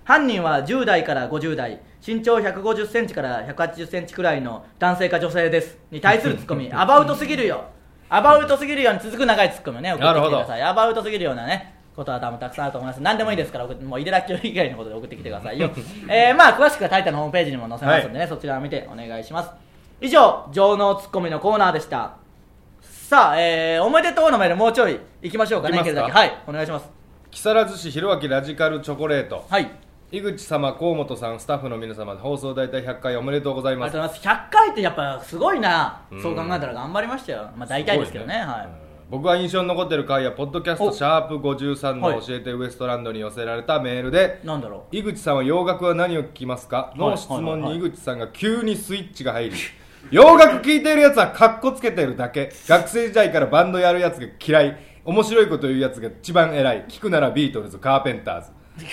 犯人は10代から50代身長1 5 0センチから1 8 0センチくらいの男性か女性ですに対するツッコ ミアバウトすぎるよアバウトすぎるように続く長いツッコミをね送ってきてくださいアバウトすぎるようなねことは多分たくさんあると思います何でもいいですから送ってもう井手らっきょ以外のことで送ってきてくださ いよ、えー、まあ詳しくはタイタのホームページにも載せますんでね、そちらを見てお願いします以上情能ツッコミのコーナーでしたさあ、えー、おめでとうのメールもうちょい行きましょうかね
行
け
き
るだ
ますか
けはいお願いします
木更津市弘明ラジカルチョコレート
はいあり
井口様河本さんスタッフの皆様放送大体100回おめでとうござい
が
ます
とうございます100回ってやっぱすごいな、
うん
そう考えたら頑張りましたよまあ大体ですけどね
ごい
はい、
うん僕は印象に残ってる回やポッドキャス
お
トシャープ53
は
の
い
教えてウエストランドに寄せられたメールで
なんだろ
井口さんは洋楽は何を聞きますかの質問
はいはい
に井
は
口さんが急にスイッチが入り 洋楽聴いてるやつはカッコつけてるだけ学生時代からバンドやるやつが嫌い面白いこと言うやつが一番偉い聞くならビートルズカーペンターズ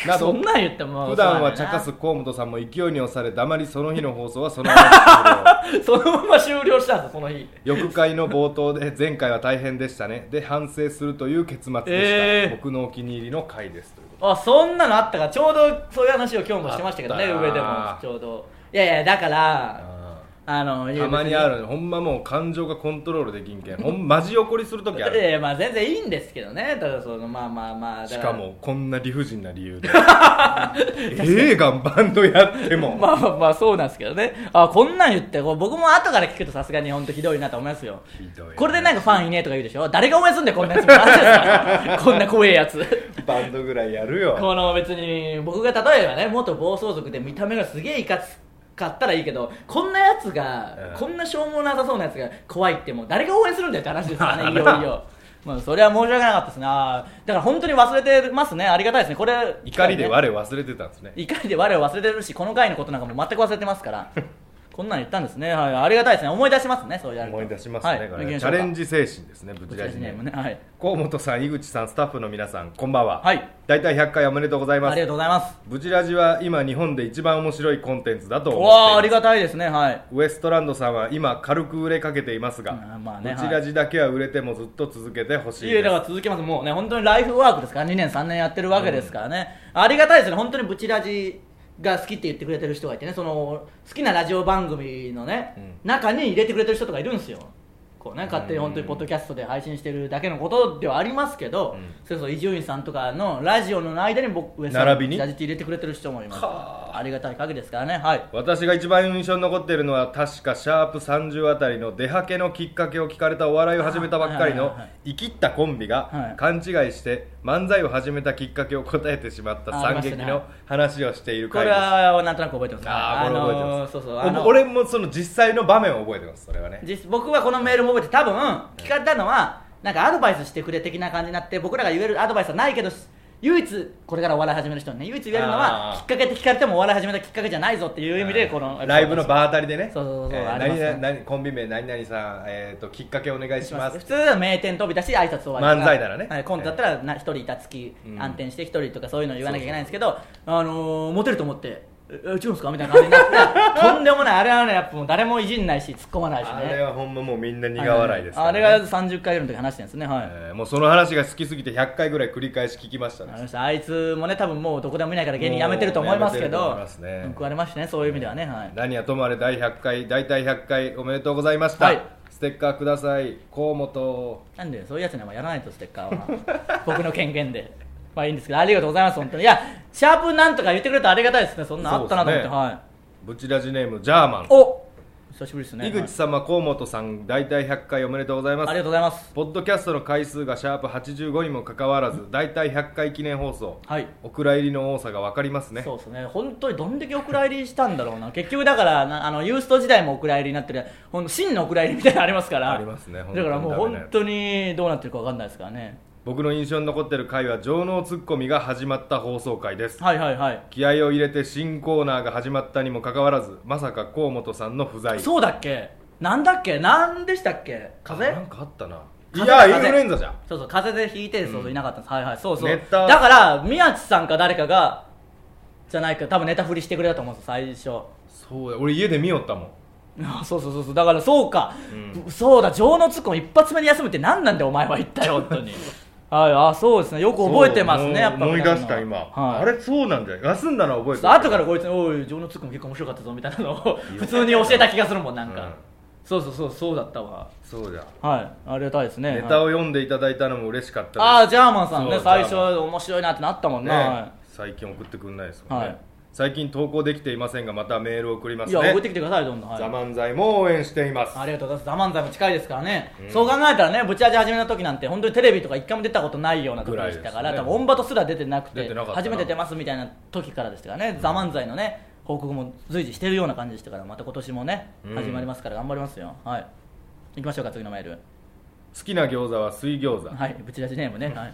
う
な
そ
ど
んなん言っても
普段は
そう
茶
なんだ
化
よ
す河本さんも勢いに押され黙りその日の放送はそのまま
な そのまま終了したんですその日
翌回の冒頭で前回は大変でしたねで反省するという結末でした、
えー
僕のお気に入りの回ですというこ
あそんなのあったかちょうどそういう話を今日もしてましたけどね
あったな
上でもちょうどいやいやだから
と
あの
たまにあるほんまもう感情がコントロールで きんけんほんマジ怒りする時あ
い
る
やいやまあ全然いいんですけどねただそのまあまあまあ
し
だ
からもこんな理不尽な 理由で映画バンドやっても、
まあまあまあそうなんですけどねあこんなん言ってこう僕も後から聞くとさすがに本当ひどいなと思いますよ
ひどいな
これでなんかファンいねえとか言うでしょ誰が応援すんだよこんなやつマジですか こんな怖えやつ
バンドぐらいやるよ
この別に僕が例えばね元暴走族で見た目がすげえいかつかったらいいけどこんなやつが、
うん
こんなしょうもなさそうなやつが怖いってもう誰が応援するんだよって話ですから ねいよいよまあそれは申し訳なかったですねあーだから本当に忘れてますねありがたいですねこれ
怒りで
我
我忘れてたんですね
怒りで我を忘れてるしこの回のことなんかもう全く忘れてますから こんなん言ったんですね、はい、ありがたいですね思い出しますねそうやると
思い出しますね、
はい
これ
行きまし
チ
ょ
ャ
うか
レンジ精神ですねぶち
ぶち出
出
し
し
ネー
ね
ムねはい
河本さん井口さんスタッフの皆さんこんばんは
はい
大体100回おめでとうございま
あり
す
がとうございます
ブチラジは今日本で一番面白いコンテンツだと思
お
ってい
わーあ
ます
りがたいですねはい
ウエストランドさんは今軽く売れかけていますが、
うんまあね
ブチラジだけは売れてもずっと続けてほしい
いや
です
だから続けます、もうね、本当にライフワークですから、2年、3年やってるわけですからね、ありがたいですね、本当にブチラジが好きって言ってくれてる人がいてね、その好きなラジオ番組のね、
う
中に入れてくれてる人とかいるんですよ。こうね、勝手に本当にポッドキャストで配信してるだけのことではありますけど
うん、
そうそう伊集院さんとかのラジオの間に僕、上さん
並び
ブ
に
チラジって入れてくれてる人もいます
は
ありがたい限りですからね、はい、
私が一番印象に残っているのは確かシャープ30あたりの出はけのきっかけを聞かれたお笑いを始めたばっかり
はいは
の
いはいはい
生きったコンビ
は
が
い
勘違いして漫才を始めたきっかけを答えてしまった
ああり
惨
ました
劇
ね
の話をしている
こ
回
れ
です
はなんとなく覚えてます、
ああこれ覚えてます、
のーそうそうあの
お俺もその実際の場面を覚えてますそれはね
実僕はこのメールも覚えて多分聞かれたのはなんかアドバイスしてくれ的な感じになって僕らが言えるアドバイスはないけど唯一これからお笑い始める人にね唯一言えるの
あ
は
ー
きっかけって聞かれてもお笑い始めたきっかけじゃないぞっていう意味でこの
ライブの場当たりでね
そうそうそう
えー
ありますね
何々何コンビ名何々さん、えー、ときっかけお願いします
普通は名店飛び出し挨拶終わりとか
漫才ならね
はい、コントだったらな一人板つき
うん
暗転して一人とかそういうの言わなきゃいけないんですけど、あのー、モテると思ってええ違うんですかみたいな感じになっ てとんでもないあれはねやっぱもう誰もいじんないし突っ込まないしね
あれはほんまもうみんな苦笑いですから
あ
ね、
れが30回ぐらいの時話してるんですねはい、
えーもうその話が好きすぎて100回ぐらい繰り返し聞きました
わかり
ね
ましたあいつもね多分もうどこでもいないから芸人辞めてると思いますけ
もう
ど
辞めてると思いますね
報われましたねそういう意味ではね、はい、
何はともあれ第100回大体100回おめでとうございました、
はい
ステッカーください河本
なんでそういうやつにはやらないとステッカーは 僕の権限でまあいいんですけどありがとうございます本当にいやシャープなんとか言ってくれたらありがたいですねそんなあったなと思って、
そう
はい
ブチラジネームジャーマン、
お久しぶりですね
井口様河本さん大体100回おめでとうござい
はい
ま
ありが
す
とうございます
ポッドキャストの回数がシャープ85にもかかわらず大体100回記念放送
はい
お蔵入りの多さが分かりますね
そうですね本当にどんだけお蔵入りしたんだろうな 結局だからなあのユースト時代もお蔵入りになってるほん真のお蔵入りみたいなのありますから
ありますね
だ
本
か
当に
らもう
ダメね
本当にどうなってるかわかんないですからね
僕の印象に残ってる回は情能ツッコミが始まった放送回です
はいはいはい
気合を入れて新コーナーが始まったにもかかわらずまさか河本さんの不在
そうだっけなんだっけなんでしたっけ風
あな
邪
んかあったない
風
や
邪
インフルエンザじゃん
そうそう風邪で引いてそうそういなかったんです、はいはいそうそう
ネ
だ
タ
から宮地さんか誰かがじゃないか多分ネタ振りしてくれたと思うんです最初
そうや俺家で見よったもん
あそうそうそうそうだからそうか、
う
そうだ情のツッコミ一発目に休むって何なんだよお前は一体本当にはいあそうですねよく覚えてます
そう
ねやっぱ
思い出した
皆
今、
さんのはい
あれそうなんだよ休んだのは覚えてる
後からこいつに「おい情のツッコミ結構面白かったぞ」みたいなのを普通に教えた気がするもんなんか、
うん
そうそうそうそうだったわ
そうじゃん
はいありがたいですね
ネ
はい
タを読んでいただいたのも嬉しかったです
ああジャーマンさんね
そう
最初
ジャー
面白いなってなったもん
ね、
ね、は
最近送ってくんないですもんね、
はい
最近投稿できていませんがまたメールを送りま
い、い
す
や
ね
送ってきてくださいどんどん、はい、
ザ・漫才も応援しています
ありがとうございますザ・漫才も近いですからね、そう考えたらねぶち味始めた時なんて本当にテレビとか一回も出たことないような時
ぐらい
で
です
し
ね
たから、多分オンバトすら出てなく
出
て
てなかったな
初めて出ますみたいな時からでしたからね、ザ・漫才のね報告も随時してるような感じでしたからまた今年もね、
うん
始まりますから頑張りますよはい行きましょうか次のメール
好きな餃子は水餃子、
はいぶち出しネームね、はい、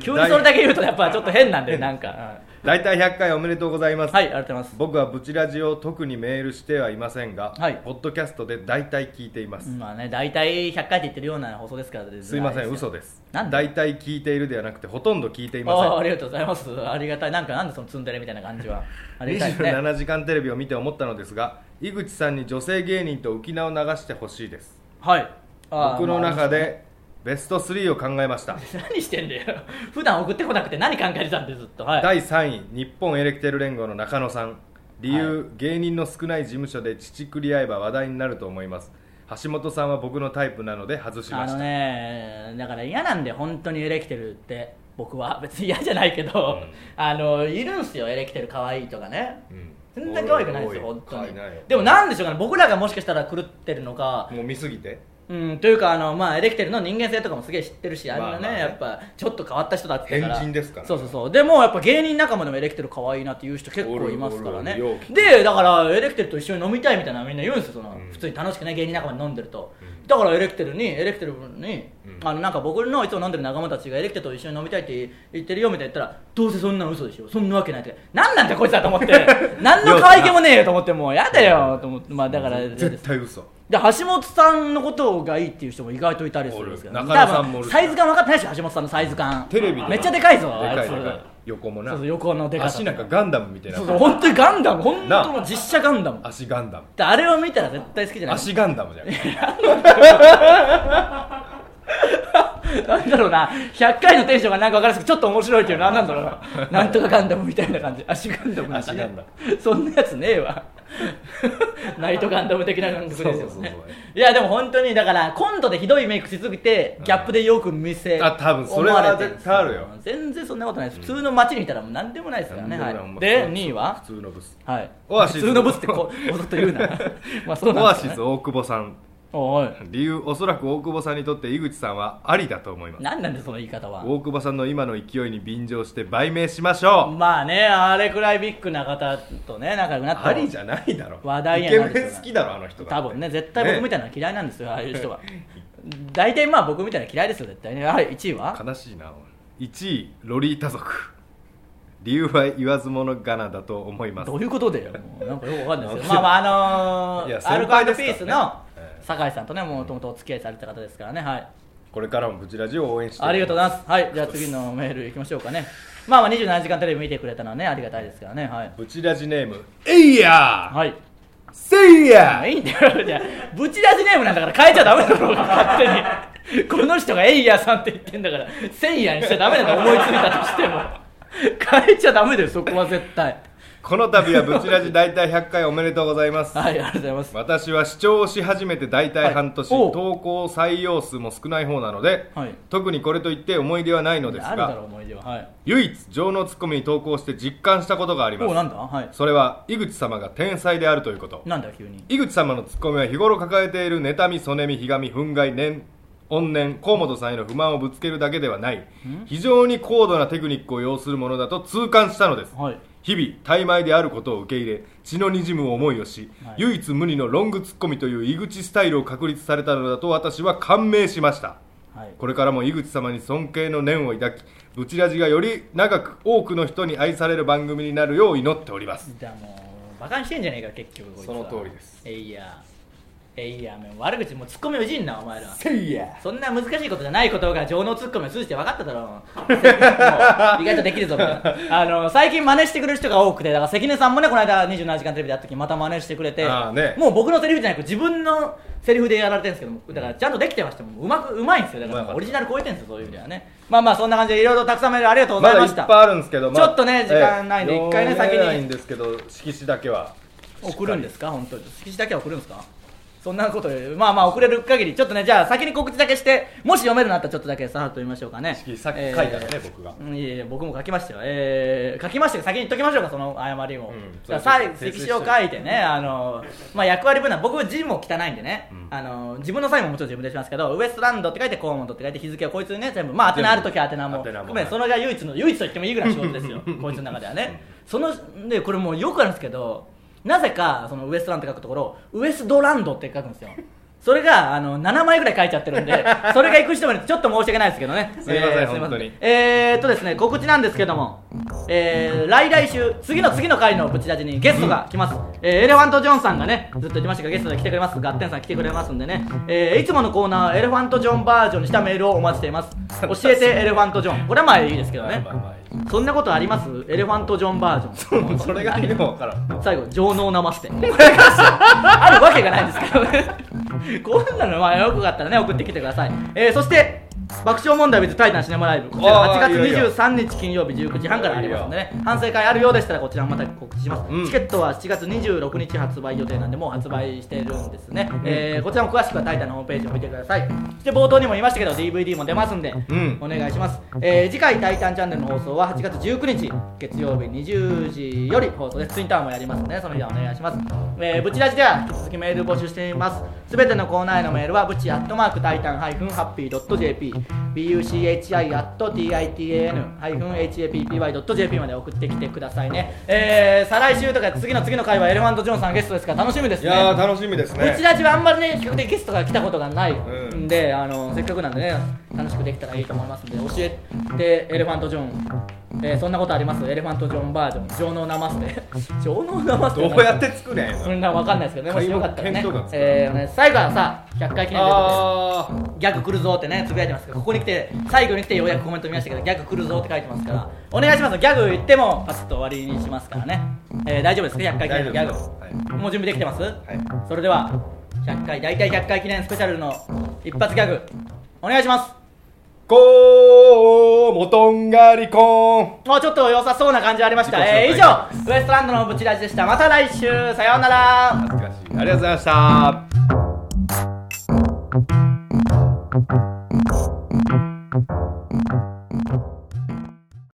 急にそれだけ言うとやっぱちょっと変なんでなんか、はい
大体100回おめでとうございます、
はい、ありがとうございます
僕はブチラジを特にメールしてはいませんが、
はい
ポッドキャストで大体聞いています、
まあね、大体100回って言ってるような放送ですから
すいません嘘です
なんで
大体聞いているではなくてほとんど聞いてい
ああ
ま
あ
せん
りがとうございますありがたいなんかなんでそのツンデレみたいな感じ はありがたいですね
27時間テレビを見て思ったのですが井口さんに女性芸人と浮き名を流してほしいです
はいああ
僕の中
まあ
でベスト3を考えました
何してんだよ普段送ってこなくて何考えてたんでずっとはい
第3位日本エレキテル連合の中野さん理由、芸人の少ない事務所で乳くり合えば話題になると思います橋本さんは僕のタイプなので外しま
あ
した
のねだから嫌なんで本当にエレキテルって僕は 別に嫌じゃないけど、
うん
あのいるんすよエレキテル可愛いとかね、
うん
全然可愛くないですよ
おい
本当に
可愛いな
でもなんでしょうかね僕らがもしかしたら狂ってるのか
もう見すぎて
うん、というかあの、まあ、エレキテルの人間性とかもすげえ知ってるしあれはね,、
まあまあね
やっぱちょっと変わった人だったから
変人ですから
そうそうそうでもやっぱ芸人仲間でもエレキテル可愛いなっていう人結構いますから
お
ね
るおるおるよう聞く
でだからエレキテルと一緒に飲みたいみたいなのみんな言うんですよその、
うん
普通に楽しくね芸人仲間で飲んでると、
うん
だからエレキテルにエレキテルに、
うん
あのなんか僕のいつも飲んでる仲間たちがエレキテルと一緒に飲みたいって言ってるよみたいな言ったらどうせそんなの嘘でしょそんなわけないって何なんだこいつだと思って 何の可愛げもねえよと思ってもうやだよと思ってまあだから
絶対嘘
で橋本さんのことがいいっていう人も意外といたりするんですけど、
おる中野さん
多分
もおるし
サイズ感分かってないでしょ橋本さんのサイズ感
テレビで
めっちゃでかいぞ
で
あ
か
い
い
つ
でかい横もな
そうそう横のでかさ
足なんかガンダムみたいな
そうそう本当にガンダム本
な
当の実写ガンダム
足ガンダム
であれを見たら絶対好きじゃない
足ガンダムじゃん
なんだろうな100回のテンションがなんか分からないですけどちょっと面白いっていうのはなんだろ うななんとかガンダムみたいな感じ足ガンダムだし
足ガンダ
そんなやつねえ わナイトガンダム的な感覚ですよ
そうそうそう
ね
そう
いやでも本当にだからコントでひどいメイクしすぎてギャップでよく見せ
あ多分それは
思わてんですよ
絶対あるよ
全然そんなことないです普通の街にいたらもう何でもないですからね、はいで2位は
普通のブス
はい
オアシス
普通のブスってこうぼそっと言う なまあそう
オ
な
ア
んです
シ
よ、ね
ス、大久保さん
おいおい
理由おそらく大久保さんにとって井口さんはありだと思います
何なんでその言い方は
大久保さんの今の勢いに便乗して売名しましょう
まあね、あれくらいビッグな方とね、仲良くなった
あ
ら
りじゃないだろ
話題
イ
に
ケ
はなる
メン好きだろあの人だ
多
って
分ね、絶対僕みたいなの嫌いなんですよ、ああいう人は。大体まあ僕みたいなの嫌いですよ、絶対ね。はい、1位は
悲しいなおい1位ロリータ族理由は言わずものがなだと思います
どういうことでよ、もうなんかよくわかんないですけ ど、
な
ま
ん
あ
で
まあ、あの
いや
ー、
先
アル
輩で
コ
す
ピ
からね
ースの
ええ
酒井さんとね、もともとお付き合いされてた方ですからね、はい。
これからもブチラジを応援して
ありがとうござい
す
ます。はい、じゃあ次のメールいきましょうかね。まあまあ、27時間テレビ見てくれたのはね、ありがたいですからね、はい。
ブチラジネームえいや
はい。
ーせい
ま
や
あ
ー
いいんだよ、じゃあぶち出しネームなんだから変えちゃダメだろうが、勝手に。この人がエイヤーさんって言ってんだから、セイヤーにしちゃダメだと思いついたとしても。変えちゃダメだよ、そこは絶対。
この度はブチラジ大体100回おめでとうございます
はい、ありがとうございます。
私は視聴し始めて大体半年、
はいおう
投稿採用数も少ない方なので、
はい
特にこれといって思い出はないのです
あるだろ
が
う、思い出は。はい。
唯一情のツッコミに投稿して実感したことがあり
おう、
ま
な
す
んだはい。
それは井口様が天才であるということ
なんだ、急に。
井口様のツッコミは日頃抱えている妬みそねみひがみ憤慨念怨念河本さんへの不満をぶつけるだけではない非常に高度なテクニックを要するものだと痛感したのです
はい。
日々怠米であることを受け入れ血のにじむ思いをし、
はい
唯一無二のロングツッコミという井口スタイルを確立されたのだと私は感銘しました
はい。
これからも井口様に尊敬の念を抱きブチラジがより長く多くの人に愛される番組になるよう祈っております
じゃあもう、バカにしてんじゃねえか、結局こいつは。
その通りです。
エイヤー。エイヤー、もう悪口、もうツッコミうじんな、お前ら。
せいや
そんな難しいことじゃないことが情のツッコミを通じて分かっただろうもう意外とできるぞ みたいなあの最近真似してくれる人が多くてだから関根さんもねこの間『27時間テレビ』で会った時にまた真似してくれて
あーね
もう僕のセリフじゃなく自分のセリフでやられてるんですけどもだからちゃんとできてましてもううまくうまいんですよだから
うまい
オリジナル超えてるんですよそういう意味ではねまあまあそんな感じでいろいろたくさんメールありがとうご
ま
ざい
だ
ま
いっ
し
ぱ
た、
いあるんですけど、まあ
ちょっとね時間ないんで
ええ
一回ね先に
読めないんですけど色紙だけは
送るんですか本当に色紙だけは送るんですかそんなことよりまあまあ送れる限りちょっとねじゃあ先に告知だけしてもし読めるようになったらちょっとだけさらっと言いましょうかね
色紙さっき書いたのね、僕が
うんいやいや僕も書きましたよ、えー書きましたけど先に言っときましょうかその誤りも、
うん
だから
そうそう
さ色紙を書いてねあの、まあ、役割分担僕字も汚いんでね、
うん
あの自分のサインももちろん自分でしますけどウエストランドって書いてコーモンドって書いて日付をこいつにね全部まあ宛名ある時は宛名も
全部宛名も
含め
はい
それが唯一の唯一と言ってもいいぐらいの仕事です よこいつの中ではねそのでこれもうよくあるんですけどなぜかそのウエストランドって書くところウエストランドって書くんですよそれがあの7枚ぐらい書いちゃってるんでそれが行く人もいるんでちょっと申し訳ないですけどね
すいません
えー
本当に
えーっとですね告知なんですけども、えー、来来週次の次の回のブチラジにゲストが来ます、えーエレファント・ジョンさんがねずっと言ってましたがゲストで来てくれますガッテンさん来てくれますんでね、えーいつものコーナーエレファント・ジョンバージョンにしたメールをお待ちしています教えてエレファント・ジョンこれはまあいいですけどね
まあまあまあ
そんなことありますエレファント・ジョンバージョン
それがよくわからん
最後情能なまして あるわけがないんですけどねこんなのまあよくかったらね送ってきてください、えーそして爆笑問題別タイタンシネマライブこちら8月23日金曜日19時半からありますのでね反省会あるようでしたらこちらまた告知します、
うん
チケットは7月26日発売予定なんでもう発売してるんですね、えーこちらも詳しくはタイタンのホームページを見てくださいそして冒頭にも言いましたけど DVD も出ますんで、
ん
お願いします、えー次回「タイタンチャンネル」の放送は8月19日月曜日20時より放送ですツインタワーもやりますのでその日はお願いします、えー、ブチラジでは引き続きメール募集していますすべてのコーナーへのメールはブチアットマークタイタンハイフンハッピードット JP buchi アット titan ハイフン happy ドット JP まで送ってきてくださいねえー、再来週とか次の次の回はエレファントジョンさんゲストですから楽しみですね
いやー楽しみです
う
ね
ちラジはあんまりね、比較的ゲストが来たことがないんで、あのせっかくなんでね、楽しくできたらいいと思いますんで、教えて、エレファントジョン、えーそんなことありますエレファントジョンバージョン、情能生ステ。 情能生ステ
どうやって作れん
そ
や
んなわかんないですけどね、もしよかったらね
検討がつ、く
えーね最後はさ、100回記念ということで。
あー
ギャグ来るぞってねつぶやいてますけどここに来て最後に来てようやくコメント見ましたけどギャグ来るぞって書いてますからお願いしますギャグ言ってもパスッと終わりにしますからね、えー大丈夫ですか100回記念のギャグ、
大丈夫です
もう準備できてます、それでは100回大体100回記念スペシャルの一発ギャグお願いします
こうもとんがりこん
もうちょっと良さそうな感じありました、えー以
自己
上
紹
ウエストランドのブチラジでしたまた来週さようなら
懐かしいありがとうございました